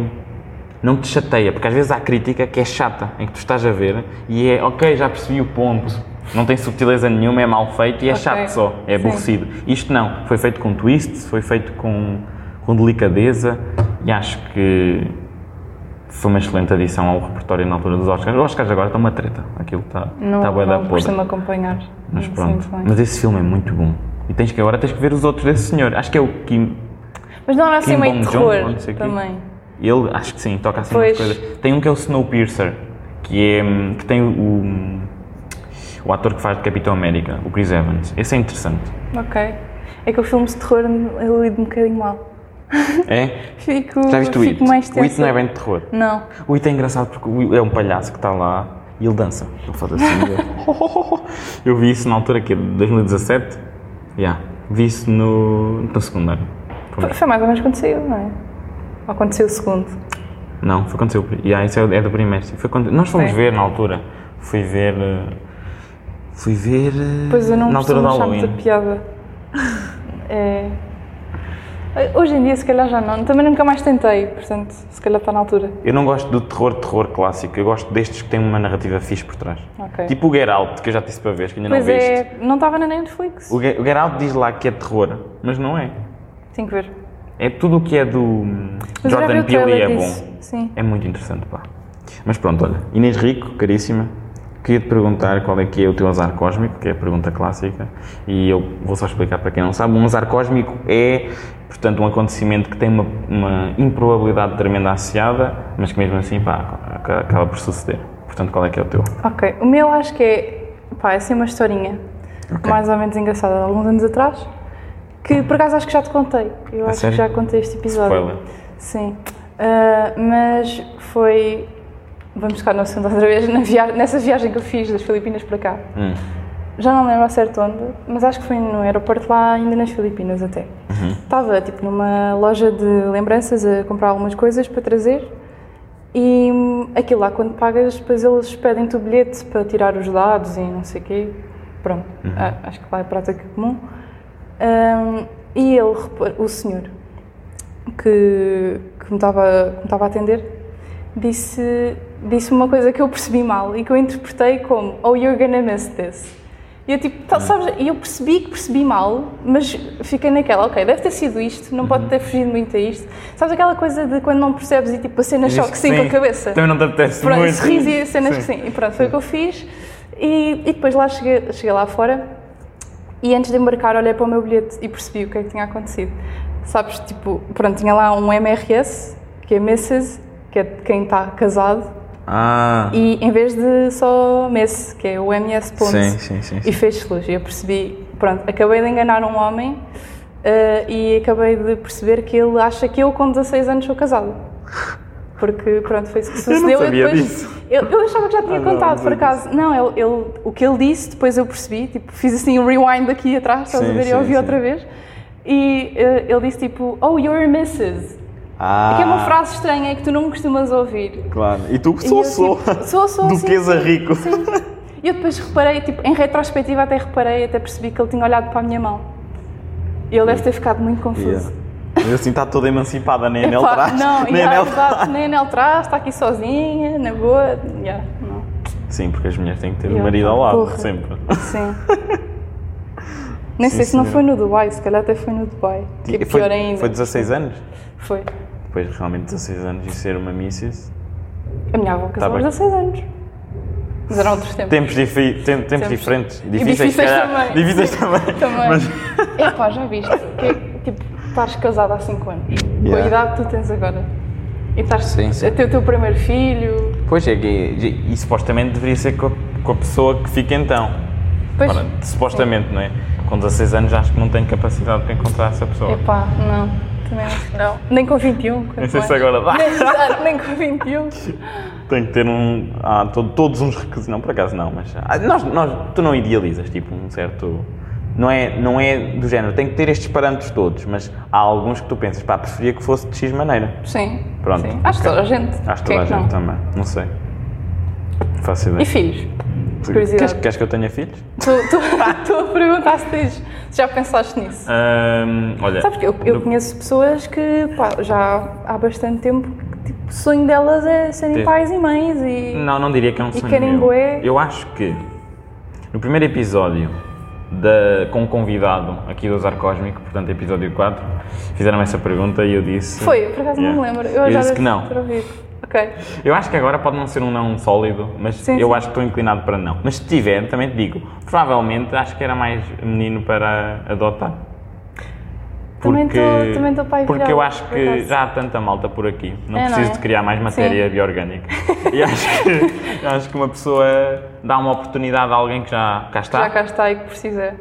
Não te chateia, porque às vezes há crítica que é chata, em que tu estás a ver e é ok, já percebi o ponto, não tem subtileza nenhuma, é mal feito e é Ok. chato só, é Sim. aborrecido. Isto não, foi feito com twist, foi feito com, com delicadeza e acho que foi uma excelente adição ao repertório na altura dos Oscars. Os Oscars agora está uma treta, aquilo está Não, tá bué da não podre. costumo acompanhar. Mas Não pronto, sei muito bem. mas esse filme é muito bom. E tens que agora tens que ver os outros desse senhor. Acho que é o Kim. Mas não era assim Kim meio Bong-joon, terror ou não sei o quê. também. Ele, acho que sim, toca assim umas Pois. coisas. Tem um que é o Snowpiercer, que é hum, que tem o o ator que faz de Capitão América, o Chris Evans. Esse é interessante. Ok. É que eu filmes de terror eu lido um bocadinho mal. É? Fico, Já viste o It? fico mais O tensa. It não é bem de terror. Não. O It é engraçado porque o It é um palhaço que está lá e ele dança. Ele faz assim. ele- Eu vi isso na altura que 2017. Yeah. Vi isso no, no secundário. Foi- Foi mais ou menos quando saiu, não é? Ou quando saiu o segundo. Não, foi quando saiu. o pri- Yeah, isso é, é do primeiro. sim. Foi quando, nós fomos Sim. ver na altura. Fui ver. eh, Fui ver. eh, Pois eu não na altura costumo do achar Halloween. muita piada. É... Hoje em dia, se calhar já não. Também nunca mais tentei, portanto, se calhar está na altura. Eu não gosto do terror, terror clássico. Eu gosto destes que têm uma narrativa fixe por trás. Ok. Tipo o Get Out, que eu já te disse para ver, que ainda pois não viste. é, não estava na Netflix. O Get, o Get Out diz lá que é terror, mas não é. Tenho que ver. É tudo o que é do hum, Mas eu já vi Jordan o Peele e trailer é disso. bom. Sim. É muito interessante, pá. Mas pronto, olha. Inês Rico, caríssima. Queria te perguntar qual é que é o teu azar cósmico, que é a pergunta clássica, e eu vou só explicar para quem não sabe. Um azar cósmico é, portanto, um acontecimento que tem uma, uma improbabilidade tremenda associada, mas que mesmo assim, pá, ac- acaba por suceder. Portanto, qual é que é o teu? Ok, o meu acho que é, pá, é assim uma historinha mais ou menos engraçada de alguns anos atrás, que por acaso acho que já te contei. Eu acho sério? que já contei este episódio. Spoiler. Sim. Ah, mas foi. Vamos ficar no assunto outra vez, na via- nessa viagem que eu fiz das Filipinas para cá. Hum. Já não lembro ao certo onde, mas acho que foi no aeroporto lá, ainda nas Filipinas até. Estava tipo numa loja de lembranças a comprar algumas coisas para trazer e hum, aquilo lá quando pagas, depois eles pedem-te o bilhete para tirar os dados e não sei o quê. Pronto, a- acho que lá é prática comum. Hum, e ele, repa- o senhor que, que me estava que me estava a atender disse, disse uma coisa que eu percebi mal e que eu interpretei como Oh, you're gonna miss this. E eu tipo, tá, sabes, e eu percebi que percebi mal, mas fiquei naquela, ok, deve ter sido isto, não pode ter fugido muito a isto. Sabes aquela coisa de quando não percebes e tipo a cena choque sim com a cabeça? Também não te apetece Pronto, muito. e sorriso e cenas que sim. E pronto, foi o que eu fiz. E, e depois lá cheguei, cheguei lá fora e antes de embarcar olhei para o meu bilhete e percebi o que é que tinha acontecido. Sabes, tipo, pronto, tinha lá um MRS, que é Mrs., que é de quem está casado, Ah, e em vez de só Miss, que é o MS. Ponto, Sim, sim, sim, sim. E fez luz. E eu percebi, pronto, acabei de enganar um homem eh, e acabei de perceber que ele acha que eu com 16 anos sou casada. Porque, pronto, foi isso que sucedeu. e sabia depois, disso. Ah, Eu, eu achava que já tinha contado, por acaso. Não, ele, ele- o que ele disse, depois eu percebi, tipo, fiz assim um rewind aqui atrás, estás a Sim, ver, sim, eu ouvi sim. outra vez. E eh, ele disse tipo, oh, you're a Mrs. ah, Que é uma frase estranha que tu não costumas ouvir. Claro. E tu, E sou, eu, sou. tipo, sou, sou, sim, Duquesa sim, Rico. Sim. E eu depois reparei, tipo, em retrospectiva até reparei, até percebi que ele tinha olhado para a minha mão. E ele deve ter ficado muito confuso. Eu assim, está toda emancipada, nem anel Epá, traz. É Não, nem yeah, anel exato, nem anel traz, está aqui sozinha, na boa. yeah, não. Sim, porque as mulheres têm que ter o Yeah, marido pá, ao lado, porra. sempre. Sim. Nem sei se não foi no Dubai, se calhar até foi no Dubai. Que é foi, pior ainda. Foi 16 anos? Foi. Depois, realmente, 16 anos e ser uma missis. A minha avó casou aos Tá bem. 16 anos. Mas um eram outros tempos. Tempos, difi tem- tempos, diferentes. Difíceis, difíceis se calhar. também. Difíceis também. Também. Epá, já viste? Que, é, tipo, estás casada há 5 anos. Com Yeah. a idade que tu tens agora. E estás Sim, sim. a ter o teu primeiro filho. Pois é, que, e, e supostamente deveria ser com a, com a pessoa que fica então. Pois. Ora, supostamente, não é? Com 16 anos, acho que não tenho capacidade para encontrar essa pessoa. Epá, não. Também não sei. Não. Nem com 21. quanto Não sei se mais. agora dá. Nem, exato, nem com 21. Tem que ter um. Ah, to- todos uns requisitos. Não, por acaso não, mas. ah, nós, nós, tu não idealizas, tipo, um certo. Não é, não é do género, tem que ter estes parâmetros todos, mas há alguns que tu pensas, pá, preferia que fosse de X maneira. Sim. Pronto, Sim. Acho que ok. toda a gente. Acho que Quem toda a é que gente então. não? também, não sei. Não Faço ideia. E filhos? Tu- curiosidade. queres, queres que eu tenha filhos? Tu, tu, tu a perguntar se tens. se já pensaste nisso. Ahm, olha. Sabes que eu, eu conheço pessoas que pá, já há bastante tempo que tipo, o sonho delas é serem Ter- pais e mães e. Não, não diria que é um sonho querem meu. bué. Eu acho que no primeiro episódio da, com o convidado aqui do Usar Cósmico, portanto episódio 4, fizeram essa pergunta e eu disse... Foi, por acaso não me Yeah. lembro. Eu, já disse devo que não. ter ouvido. Ok. Eu acho que agora pode não ser um não sólido, mas Sim, eu sim. acho que estou inclinado para não. Mas se tiver, também te digo, provavelmente acho que era mais menino para adotar. Também tô- também tô para ir Porque virar, eu acho por que acaso. já há tanta malta por aqui. Não É, não preciso é? de criar mais matéria biorgânica. E acho que, eu acho que uma pessoa dá uma oportunidade a alguém que já cá está. Já cá está e que Tá? precisa.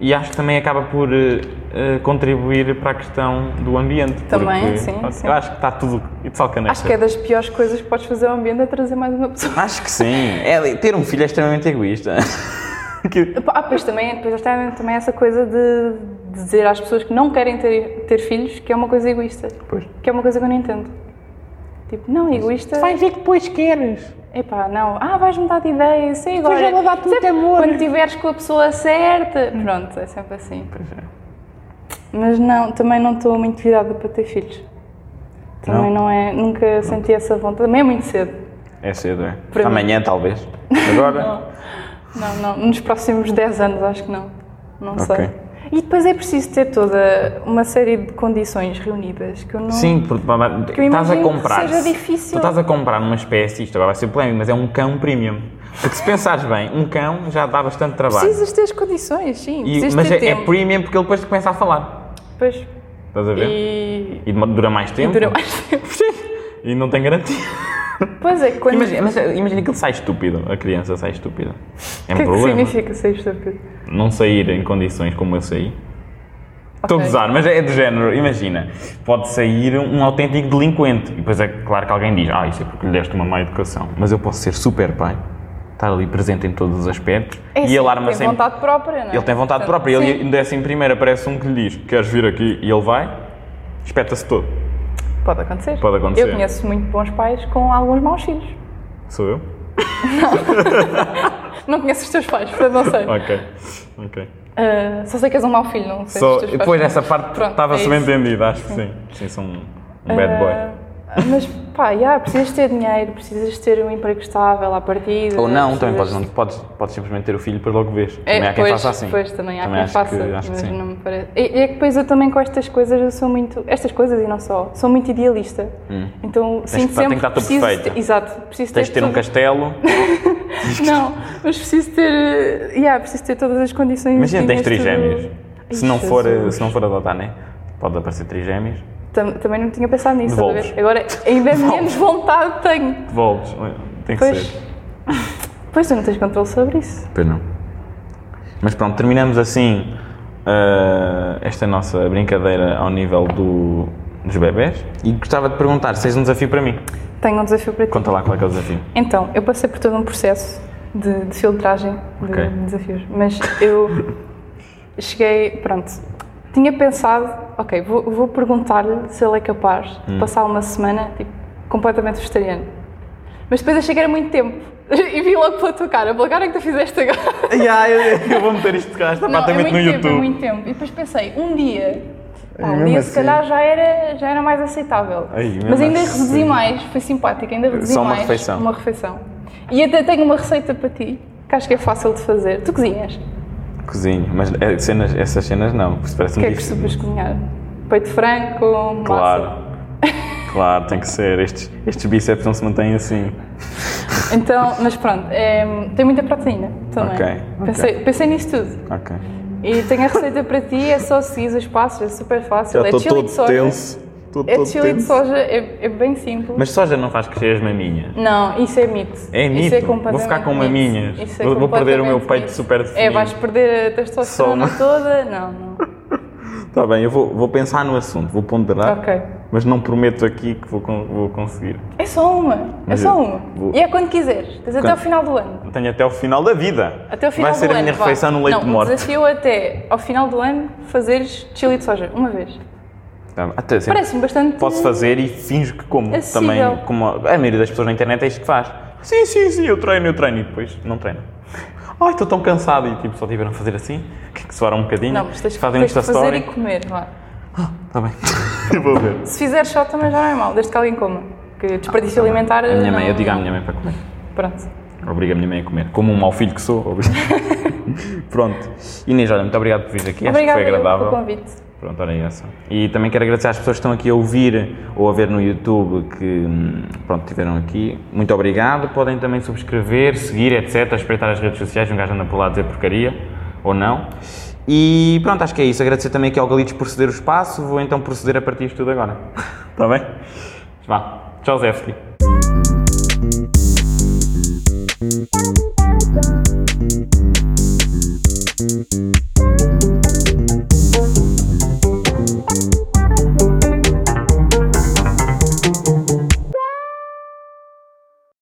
E acho que também acaba por eh, eh, contribuir para a questão do ambiente. Também, porque sim, Eu sim. acho que está tudo. E de salcaneta. Acho que é das piores coisas que podes fazer ao ambiente é trazer mais uma pessoa. Acho que sim. É, ter um filho é extremamente egoísta. Que- Pá, Ah, pois também, depois eles têm também essa coisa de dizer às pessoas que não querem ter, ter filhos que é uma coisa egoísta. Pois. Que é uma coisa que eu não entendo. Tipo, não, egoísta. Vai ver que depois queres. Epá, não. Ah, vais mudar de ideia, isso é agora. Pois ela dá-te muito Sempre amor. Quando estiveres com a pessoa certa. Pronto, é sempre assim. Pois é. Mas não, também não estou muito virada para ter filhos. Também não, é. Nunca senti essa vontade. Também é muito cedo. É cedo, é? Para mim. Amanhã, talvez. Agora? Não, não. Nos próximos 10 anos acho que não. Não Ok. sei. E depois é preciso ter toda uma série de condições reunidas que eu não. Sim, porque babá, eu estás a imagino que comprar. seja difícil. Tu estás a comprar uma espécie, isto agora vai ser polémico, mas é um cão premium. Porque se pensares bem, um cão já dá bastante trabalho. Precisas ter as condições, sim. E- precisas mas ter é, é tempo. premium porque ele depois te começa a falar. Pois. Estás a ver? E. E, demora- dura mais tempo. Dura mais tempo. E não tem garantia. Pois é, quando. Imagina, mas imagina que ele sai estúpido, a criança sai estúpida. É um o que é que problema. significa ser estúpido? não sair em condições como eu saí. Estou a gozar, mas é do género, imagina, pode sair um autêntico delinquente. E depois é claro que alguém diz, ah, isso é porque lhe deste uma má educação. Mas eu posso ser super pai, estar ali presente em todos os aspectos. É assim, e ele arma tem sempre. vontade própria, não é? Ele tem vontade Portanto, própria, sim. ele ainda assim primeiro aparece um que lhe diz, queres vir aqui? E ele vai, espeta-se todo. Pode acontecer. Pode acontecer. Eu conheço muito bons pais com alguns maus filhos. Sou eu? Não conheço os teus pais, portanto não sei. Ok, ok. Ah, só sei que és um mau filho, não sei Só, os teus pais. depois essa parte Pronto, estava é isso. subentendida, acho que sim. Sim, sou um, um bad boy. Ah, mas pá, já, precisas ter dinheiro, precisas ter um emprego estável à partida. Ou não, precisas- também podes, não, podes, podes simplesmente ter o filho para logo ver. É, também há quem pois, faça assim. Pois, também há quem acho faça, Que, acho que mas sim. não me parece. E, e é que depois eu também com estas coisas, eu sou muito, estas coisas e não só, sou muito idealista. Então que sinto estar- tem sempre Hum. que estar tudo preciso perfeito. ter- exato, preciso Tens de ter um tudo. castelo. Não, mas preciso ter. eh, Yeah, preciso ter todas as condições. Imagina, tens três tinhas tudo. gêmeos. Ai, Se não, for, Jesus. se não for adotar, né? Pode aparecer três gêmeos. Tam- também não tinha pensado nisso, estás a ver? Devolves. Agora ainda menos vontade tenho. Devolves. Tem que Pois. ser. Pois tu não tens controle sobre isso. Pois não. Mas pronto, terminamos assim ah, esta nossa brincadeira ao nível do, dos bebés. E gostava de perguntar se és um desafio para mim. Tenho um desafio para ti. Conta lá qual é que é o desafio. Então, eu passei por todo um processo de, de filtragem de Ok. desafios, mas eu cheguei, pronto, tinha pensado, ok, vou, vou perguntar-lhe se ele é capaz Hum. de passar uma semana tipo, completamente vegetariano. Mas depois achei que era muito tempo e vi logo pela tua cara, pela cara que tu fizeste agora. eu, vou meter isto cá, está Não, é muito tempo, é muito tempo. E depois pensei, um dia. Pá, um dia se calhar já era, já era mais aceitável. Ai, assim? mesmo Mas ainda assim. reduzi mais, foi simpática, ainda reduzi Só uma mais. refeição. Uma refeição. E até tenho uma receita para ti, que acho que é fácil de fazer. Tu cozinhas? Cozinho, mas é, cenas, essas cenas não, isso O parece-me que é que difícil. costumas cozinhar? Peito de frango, massa. Claro. Claro, tem que ser. Estes, estes bíceps não se mantêm assim. Então, mas pronto, é, tem muita proteína também. Ok, ok. Pensei, pensei nisso tudo. Ok. E tenho a receita para ti, é só seguir os passos, é super fácil. é chili de soja. Estou É chili de soja, é, é bem simples. Mas soja não faz crescer as maminhas. Não, isso é mito. É Isso mito? é Vou completamente ficar com mito. maminhas. Isso é Vou- vou perder o meu completamente peito mito. super definido. É, vais perder a Só um. uma. testosterona toda? Não, não. Está Tá bem, eu vou, vou pensar no assunto, vou ponderar, Ok. mas não prometo aqui que vou, con- vou conseguir. É só uma. É Mas só eu uma. vou- E é quando quiseres. Tens até Quando? ao final do ano. Eu Tenho até o final da vida. Até ao final Vai ser do a ano, minha vá. refeição no leite não, morto. O desafio é até ao final do ano fazeres chili de soja, uma vez. Tá bem. Até sempre Parece-me bastante. Posso fazer e finjo que como. Acessível. Também, como a a maioria das pessoas na internet é isto que faz. Sim, sim, sim, eu treino, eu treino. E depois não treino. Ai, estou tão cansado. E tipo, só tiveram a fazer assim, que, que soaram um bocadinho. Não, mas tens, que- fazem tens esta de fazer story. e comer, vá. Tá bem. Eu vou ver. Se fizeres só também já não é mal, desde que alguém coma. Que desperdício alimentar. Ah, tá A minha não- mãe, eu digo à minha mãe para comer. Pronto. Obriga a minha mãe a comer. Como um mau filho que sou, obriga. Pronto. Inês, olha, muito obrigado por vir aqui. Acho que Obrigada foi eu agradável. pelo convite. Pronto, olha essa. E também quero agradecer às pessoas que estão aqui a ouvir ou a ver no YouTube que hum, pronto, tiveram aqui. Muito obrigado. Podem também subscrever, seguir, etc. Espreitar as redes sociais, um gajo anda por lá a dizer porcaria ou não. E pronto, acho que é isso. Agradecer também aqui ao Galitos por ceder o espaço. Vou então proceder a partir disto tudo agora. Está bem? Vá. Tchau, Zefki.